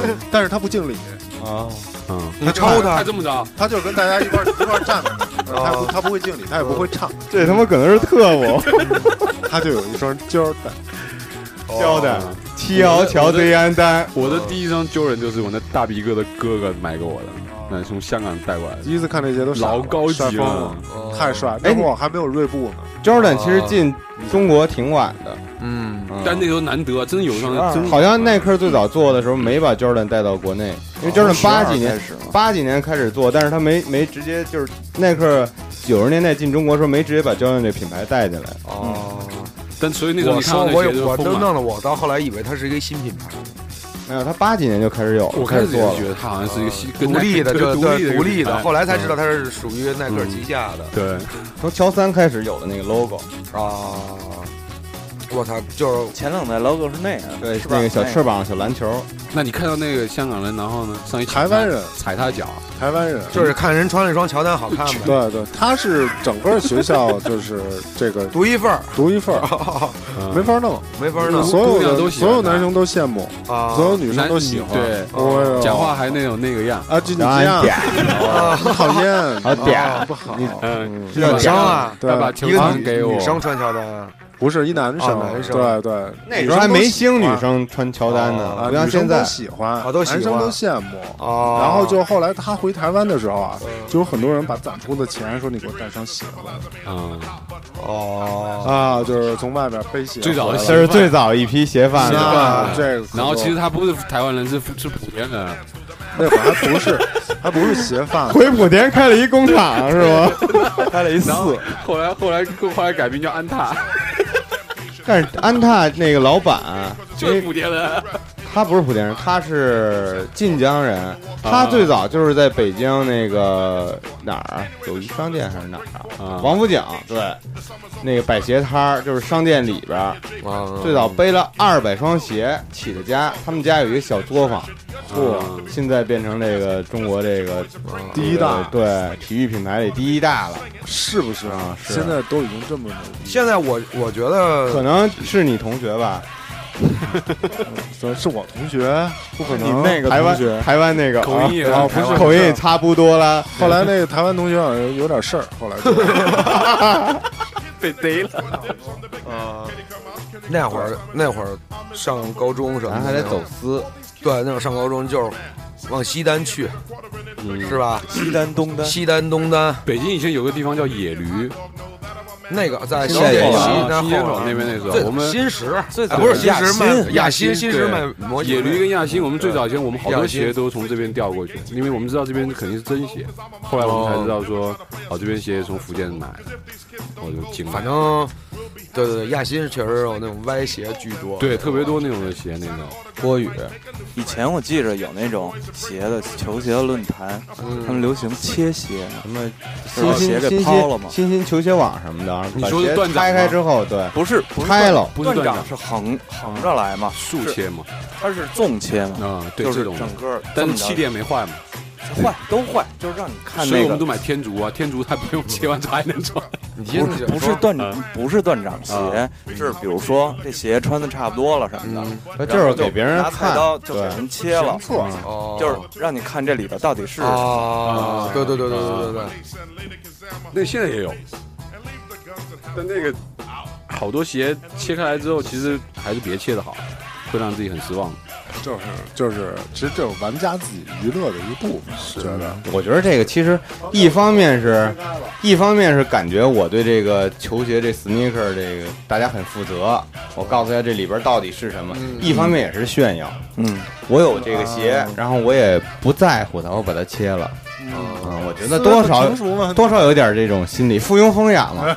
种，但 是他不敬礼，啊，嗯，你抽他哦他，这么着，他就跟大家一块儿一块儿站着呢，他不他不会敬礼，他也不会唱，这他妈可能是特务嗯他就有一双胶带，哦交代， 七幺乔贼安丹，我的第一双 Jordan 就是我那大鼻哥的哥哥买给我的，那从香港带过来的第，一次看这些都傻老高帅级疯了了。。嗯哦哦哎太帅！那会儿我还没有锐步呢， Jordan 其实进中国挺晚的，嗯，嗯啊但那时候难得，真有一双真好像耐克最早做的时候没把 Jordan 带到国内，因为 Jordan 八几年开始嘛，八几年开始做，但是他没没直接就是耐克九十年代进中国的时候没直接把 Jordan 这品牌带进来，哦，但所以那时候我你看说到那我鞋就有，我是都疯了。弄了，我到后来以为它是一个新品牌，没有他八几年就开始有，我开始始也做了是觉。得他好像是一个新跟啊嗯独立的，耐就克独立对的独立的，后来来才知道它是属于耐克旗下的对从乔三开始有的那个 logo，啊。我操，就是前两代 logo 是那样，对是，吧那个小翅膀、小篮球，那你看到那个香港人，然后呢，上一台湾人，踩他脚，台湾人，就是看人穿了一双乔丹好看呗，对对，他是整个学校就是这个独一份儿，独一份 儿，没法弄，没法就弄是所有嗯姑娘都的喜欢所有男他生都羡慕，啊所有女生男都喜欢。对，哦哟讲话还那种那个样。啊，就你然后这样，点，啊，你讨厌， 好啊点不好，你嗯，这叫女假生啊，他把对，球一个传女给我女，生穿乔丹啊，不是一男生，哦啊男生对对，那时候还没兴女生穿乔丹啊，呢，不女像生现都在。喜欢，啊都喜欢男生都羡慕。哦，然后就后来他回台湾的时候啊，嗯就有很多人把攒出的钱说你给我带双鞋吧，嗯，哦，啊，就是从外边背鞋回最来早了。的这是最早一批鞋贩子，啊，这个可然后多其实他不是台湾人，是是莆田人，那会儿还不是，还不是鞋贩子，回莆田开了一工厂是吗？开了一然后四，后来后来后来改名叫安踏，但是安踏那个老板，啊因就是为莆田人。他不是莆田人，他是晋江人。他最早就是在北京那个哪儿友谊商店还是哪儿啊啊？王府井对，那个摆鞋摊儿就是商店里边儿，最早背了二百双鞋起的家。他们家有一个小作坊，嗯现在变成这个中国这个第一大这个对体育品牌里第一大了。是不是啊是现在都已经这么牛逼现在我我觉得可能是你同学吧？了，是我同学，不可你能。那个台湾同学台湾那个口音也是啊啊台湾不是口音也差不多了。后来那个台湾同学好像有点事儿，后来就被逮了，那会儿那会儿上高中什么咱的，还得走私，对，那会儿上高中就是往西单去，是吧？西单、东单，西单、东单，北京以前有个地方叫野驴，那个在新西街街口西啊那新街口后那边边那时最候，我们呃新石最啊早不是是新亚石新卖亚新，亚新新石对卖模型野驴跟亚新，我们最早以前我们好亚多新鞋都从这边调过去，因为我们知道这边肯定是真鞋，后来我们才知道说，哦，这边鞋是从福建买的，我就惊了。反正对对对，亚新确实有那种歪斜居多。对特别多那种的鞋，那种郭宇， 以前我记着有那种鞋的球鞋的论坛，嗯他们流行切鞋，什么把新鞋新给新抛了新吗新新球鞋网什么的，你把说是鞋断掌拆开吗之后，对，不是不是拆了不是断掌掌，是横横着来嘛，竖切嘛，它是纵切嘛，啊，对就这是种的，整个，但是气垫没坏嘛，坏都坏，就是让你看所以那我们个都买天竺啊，天竺它不用切完它还能穿。你听着不是断不是断掌 鞋，是比如说这鞋穿的差不多了什么的，他就是然后给别人拿菜看刀，就给对，人切了，哦，就是让你看这里头到底是啊，对对对对对对对，那现在也有，但那个好多鞋切开来之后，其实还是别切的好，会让自己很失望。就是就是，其实这是玩家自己娱乐的一部分，我觉得。我觉得这个其实一方面是，一方面是感觉我对这个球鞋这 sneaker 这个大家很负责，我告诉大家这里边到底是什么；一方面也是炫耀，嗯，我有这个鞋，然后我也不在乎它，我把它切了。嗯，我觉得多少成熟嘛多少有点这种心理，附庸风雅嘛。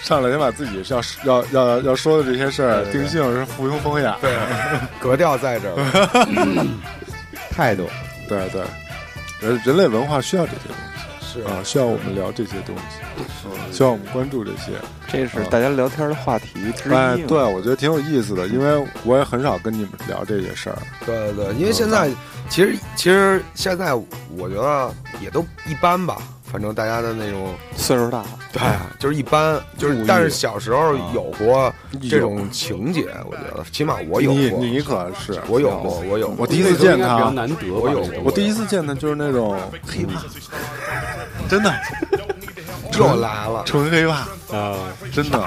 上来先把自己要要要要说的这些事儿定性是附庸风雅，对格调在这儿。态度，对对，人人类文化需要这些东西，是嗯啊，需要我们聊这些东西，需要我们关注这些。这是大家聊天的话题之一嘛哎，。对，我觉得挺有意思的，因为我也很少跟你们聊这些事儿。对对对，因为现在其实其实现在我觉得也都一般吧，反正大家的那种岁数大了，对，就是一般，就是但是小时候有过这种情节，我觉得起码我有你过，你可是我有过，我有我过。第一次见应该比较他，难得吧，我有这种我第一次见他就是那种黑怕，真的又来了，纯黑怕，啊呃真的。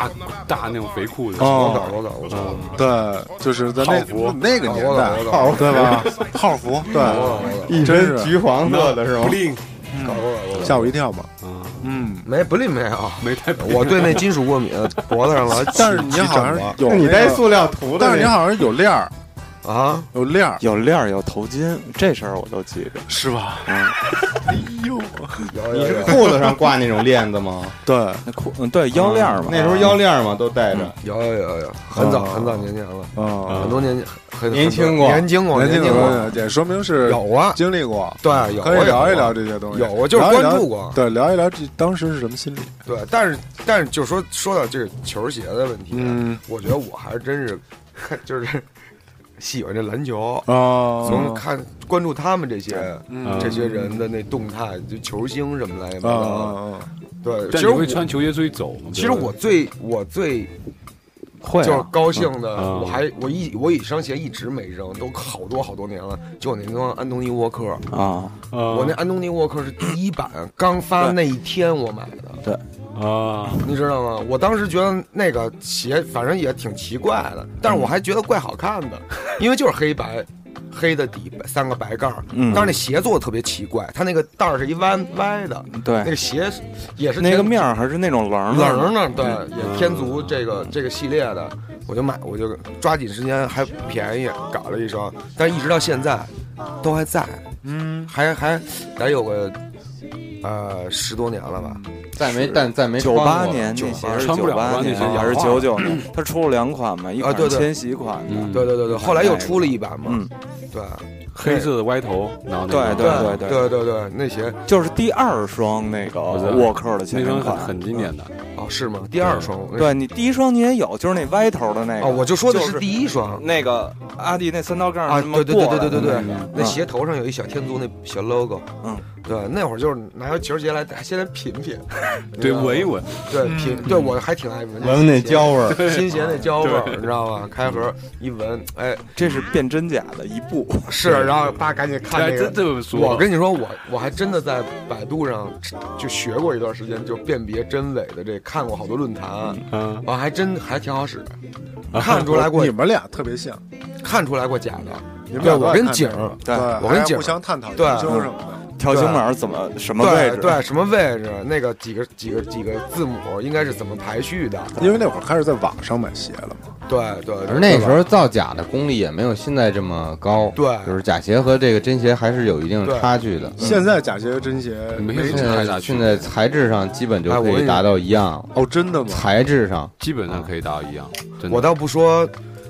大那种肥裤子，我哦懂，我懂，我懂，对，就是在那号服那个年代我懂我，懂号服对吧？号服对，一真身是橘黄色的是吗？搞不懂，我懂。吓我一跳嘛。嗯，没不吝没有，没太我对那金属过敏，脖子上了。但是你好像有那你那个带塑料涂的那个，但是你好像有链儿，啊，有链儿有链儿有头巾，这事儿我都记着。是吧？有你有是有裤子上挂那种链 子吗？对，那裤嗯，对腰链儿嘛，那时候腰链嘛都戴着。有有有有，很早很早年前了，嗯，很多年很年轻过年轻过，年年轻轻过，人也说明是有啊，经历过，对，有可以啊聊一有啊聊这些东西。有我就是聊一聊关注过啊对，聊一聊这当时是什么心理。对，但是但是就说说到这个球鞋的问题，嗯我觉得我还是真是就是喜欢这篮球，啊从看关注他们这些、嗯这些人的那动态，就球星什么来啊的，啊对，其但你实我会穿球鞋出去走吗？其实我最我最会啊就是高兴的，嗯我还我一我以上鞋一直没扔，都好多好多年了，就我那双安东尼沃克，啊，我哦我那安东尼沃克是第一版刚发那一天我买的。哦啊你知道吗？我当时觉得那个鞋反正也挺奇怪的，但是我还觉得怪好看的，因为就是黑白。黑的底，三个白盖儿，嗯但是那鞋做的特别奇怪，它那个带儿是一弯歪的，对那个鞋是也是哎那个天面儿还是那种棱儿嗯棱儿呢，的，对，也天足这个这个系列的，我就买，我就抓紧时间还便宜，搞了一双，但是一直到现在都还在，嗯，还还得有个呃十多年了吧，再没但再没九穿八过年那鞋是穿九不了八吧年那鞋还是氧化九九年？它出了两款嘛，一款啊对对千禧款的，对对对对，后来又出了一版嘛，嗯，对，黑色的歪头，然后那个对对对对对对，那鞋就是第二双那个知道沃克的那签名双很款。很经典的，哦是吗？第二双对你第一双你也有，就是那歪头的那个。哦，我就说的是是第一双那个阿迪那三道杠啊，那对么对对过嗯对来的对对对那个，那鞋头上有一小天足那小 logo，嗯，对，那会儿就是拿着球鞋来先来品 品，对闻一闻，对品，对我还挺爱闻闻闻新那鞋焦味儿，新鞋那胶味儿，你知道吗？开盒一闻，哎，这是变真假的一步。是，然后叭赶紧看哎，那这个。这么说，我跟你说，我我还真的在百度上就学过一段时间，就辨别真伪的这，看过好多论坛，啊嗯我还真还挺好使，看出来过你们俩特别像，看出来过假的。你们对俩都我爱跟看景这儿个，对对，我跟还景儿互相探讨研对究什么条形码怎么什么对位置？对，什么位置？那个几个几个几个字母应该是怎么排序的？因为那会儿开始在网上买鞋了嘛，对对，对而那时对候吧造假的功力也没有现在这么高，对就是假鞋和这个真鞋还是有一定对差距的。嗯现在假鞋真鞋没没错现还在差距现在材质上基本就哎我可跟以你达到一样，哦，真的吗？材质上基本上可以达到一样。真的我倒不说，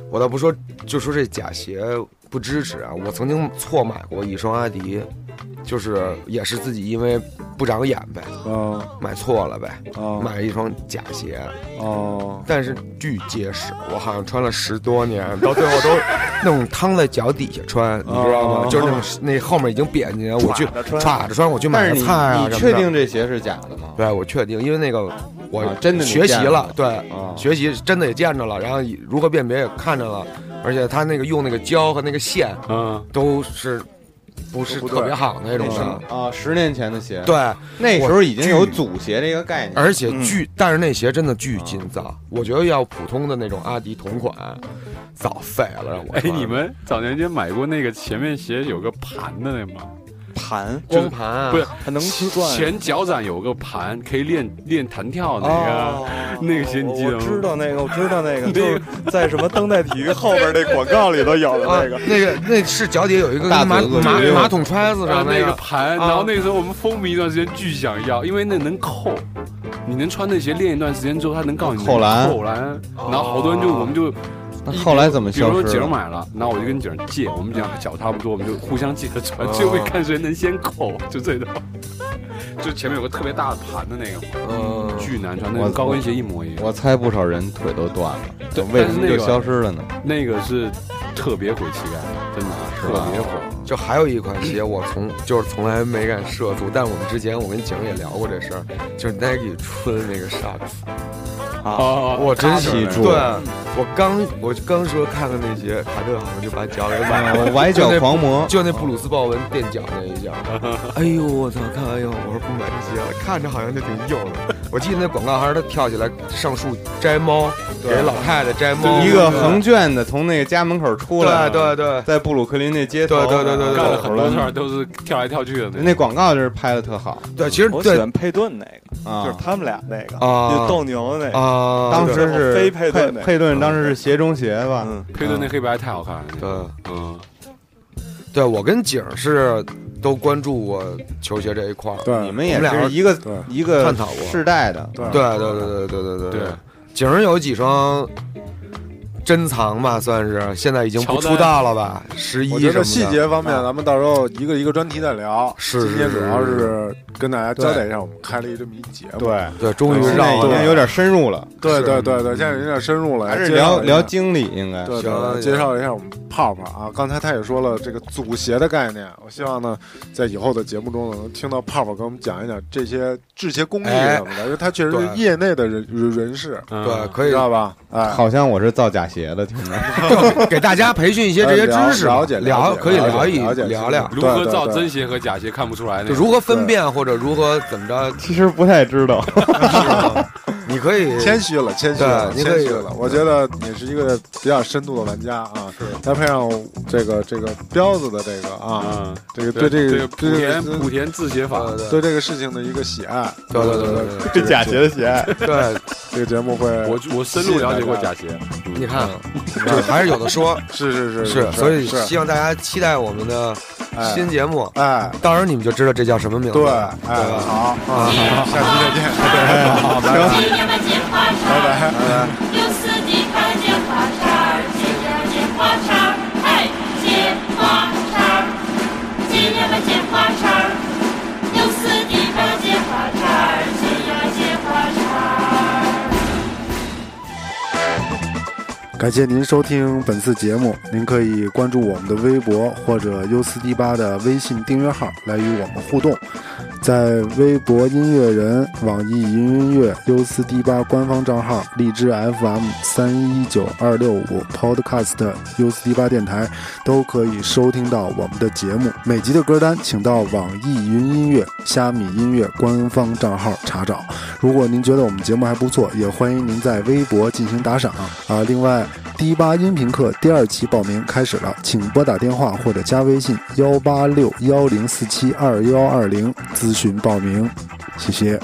我倒不说，就说这假鞋不支持啊。我曾经错买过一双阿迪，就是也是自己因为不长眼呗，哦买错了呗，哦买了一双假鞋，哦，但是巨结实，我好像穿了十多年，到最后都那种趟在脚底下穿，你知道吗？哦就是那种那后面已经瘪进去了，我去歘着穿歘着穿，我去但买是个你菜啊你什么确的。定这鞋是假的吗？对，我确定，因为那个我啊真的你学习见着了了，对，啊学习真的也见着了，然后如何辨别也看着了，而且他那个用那个胶和那个线嗯，都是不是特别好那种的，啊，十年前的鞋，，对，那时候已经有我组鞋这个概念，而且嗯巨，但是那鞋真的巨啊金造，我觉得要普通的那种阿迪同款，早废了让我哎，穿。你们早年间买过那个前面鞋有个盘的那吗？盘光盘啊不是它能转。前脚掌有个盘，可以练练弹跳那个。哦，那个鞋你记得吗我知道那个，我知道 那个，就是在什么当代体育后边那广告里头有的啊那个，，那个那是脚底下有一个大跟马嘴子马对马桶揣子然上后那那个个，盘，啊然后那个时候我们风靡一段时间，巨想要，因为那能扣。你能穿那鞋练一段时间之后，它能告诉你扣篮扣篮。然后好多人就哦我们就，那后来怎么比如消说失景儿了？买了，然后我就跟景儿借，我们俩脚差不多，我们就互相借着哦穿，就会看谁能先扣，就这种。就前面有个特别大的盘的那个，嗯，巨难穿，那我跟高跟鞋一模一样。我猜不少人腿都断了，对为什么但是那就个消失了呢？那个是特别毁膝盖，真的啊是特吧别毁。就还有一款鞋，我从就是从来没敢涉足，但我们之前我跟景儿也聊过这事儿，就是 Nike 出的那个 Sharks，哦我真卡喜特对我刚我刚说看看那鞋，卡特好像就把脚给崴了，哎崴就脚那狂魔，就那布鲁斯鲍文垫脚 那一脚，哎呦我操！看完以后我说不买这鞋了，看着好像就挺硬 的。我记得那广告还是他跳起来上树摘猫，给老太太摘猫，一个横卷的从那个家门口出来，啊对对对，在布鲁克林那街头，对对对对对干了走很出多事来儿都是跳来跳去的那那广告就是拍的特好对，其实我喜对欢佩顿那个，就啊。是他们俩那个，啊就斗牛那个，啊，当对时是非佩顿那个佩顿当时是鞋中鞋吧？嗯，配对那黑白太好看了。对嗯，对我跟景儿是都关注过球鞋这一块儿，对，你们也我们俩是一个对一个探讨过世代的，对对对对对对对对，景儿有几双珍藏吧，算是现在已经不乔丹出道了吧，十一我什么觉的啊得细节方面，咱们到时候一个一个专题再聊。是今天是主要是是跟大家交代一下，我们开了一这么一节目。对，对，终于现让在我已经有点深入了，对是嗯对对对，现在有点深入了，还是介绍聊一下聊经理应该。对行对，行介绍一下我们泡泡啊，刚才他也说了这个组鞋的概念，我希望呢，在以后的节目中呢，能听到泡泡给我们讲一讲这些制鞋工艺什么的，因为他确实是对业内的人人人士，对，对可知以道吧？哎，好像我是造假鞋的，听着。就给大家培训一些这些知识嘛，嗯了解了聊解可以了解聊一了解聊聊，如何对对造对真鞋和假鞋看不出来那就个。如何分辨或者如何怎么着，其实不太知道，你可以谦虚了，谦虚了，对你谦可以虚了。我觉得你是一个比较深度的玩家啊，是。再配上这个这个彪子的这个啊，嗯，这个对对这个个莆田这个莆田字写法，对对对这个事情的一个喜爱，对对对对对对是假鞋的鞋。对，这个节目会，我我深入了解过假鞋。你 看这还是有的说，是是是是，所以是希望大家期待我们的哎新节目，哎。到时候你们就知道这叫什么名字对，了，哎，好，啊，下期再见，好，拜拜，今年吧，剪花拜叉，拜，拜拜。六四的看剪花叉，今年吧，剪花叉，嘿，剪花叉，今年吧，剪花叉，六四的看剪花叉，今年吧剪花叉。感谢您收听本次节目，您可以关注我们的微博或者 U 四 D 八的微信订阅号来与我们互动，在微博音乐人、网易云音乐、U 四 D 八官方账号、荔枝 FM 三一九二六五 Podcast U 四 D 八电台都可以收听到我们的节目。每集的歌单请到网易云音乐、虾米音乐官方账号查找。如果您觉得我们节目还不错，也欢迎您在微博进行打赏啊。另外，第八音频课第二期报名开始了，请拨打电话或者加微信幺八六幺零四七二幺二零咨询报名，谢谢。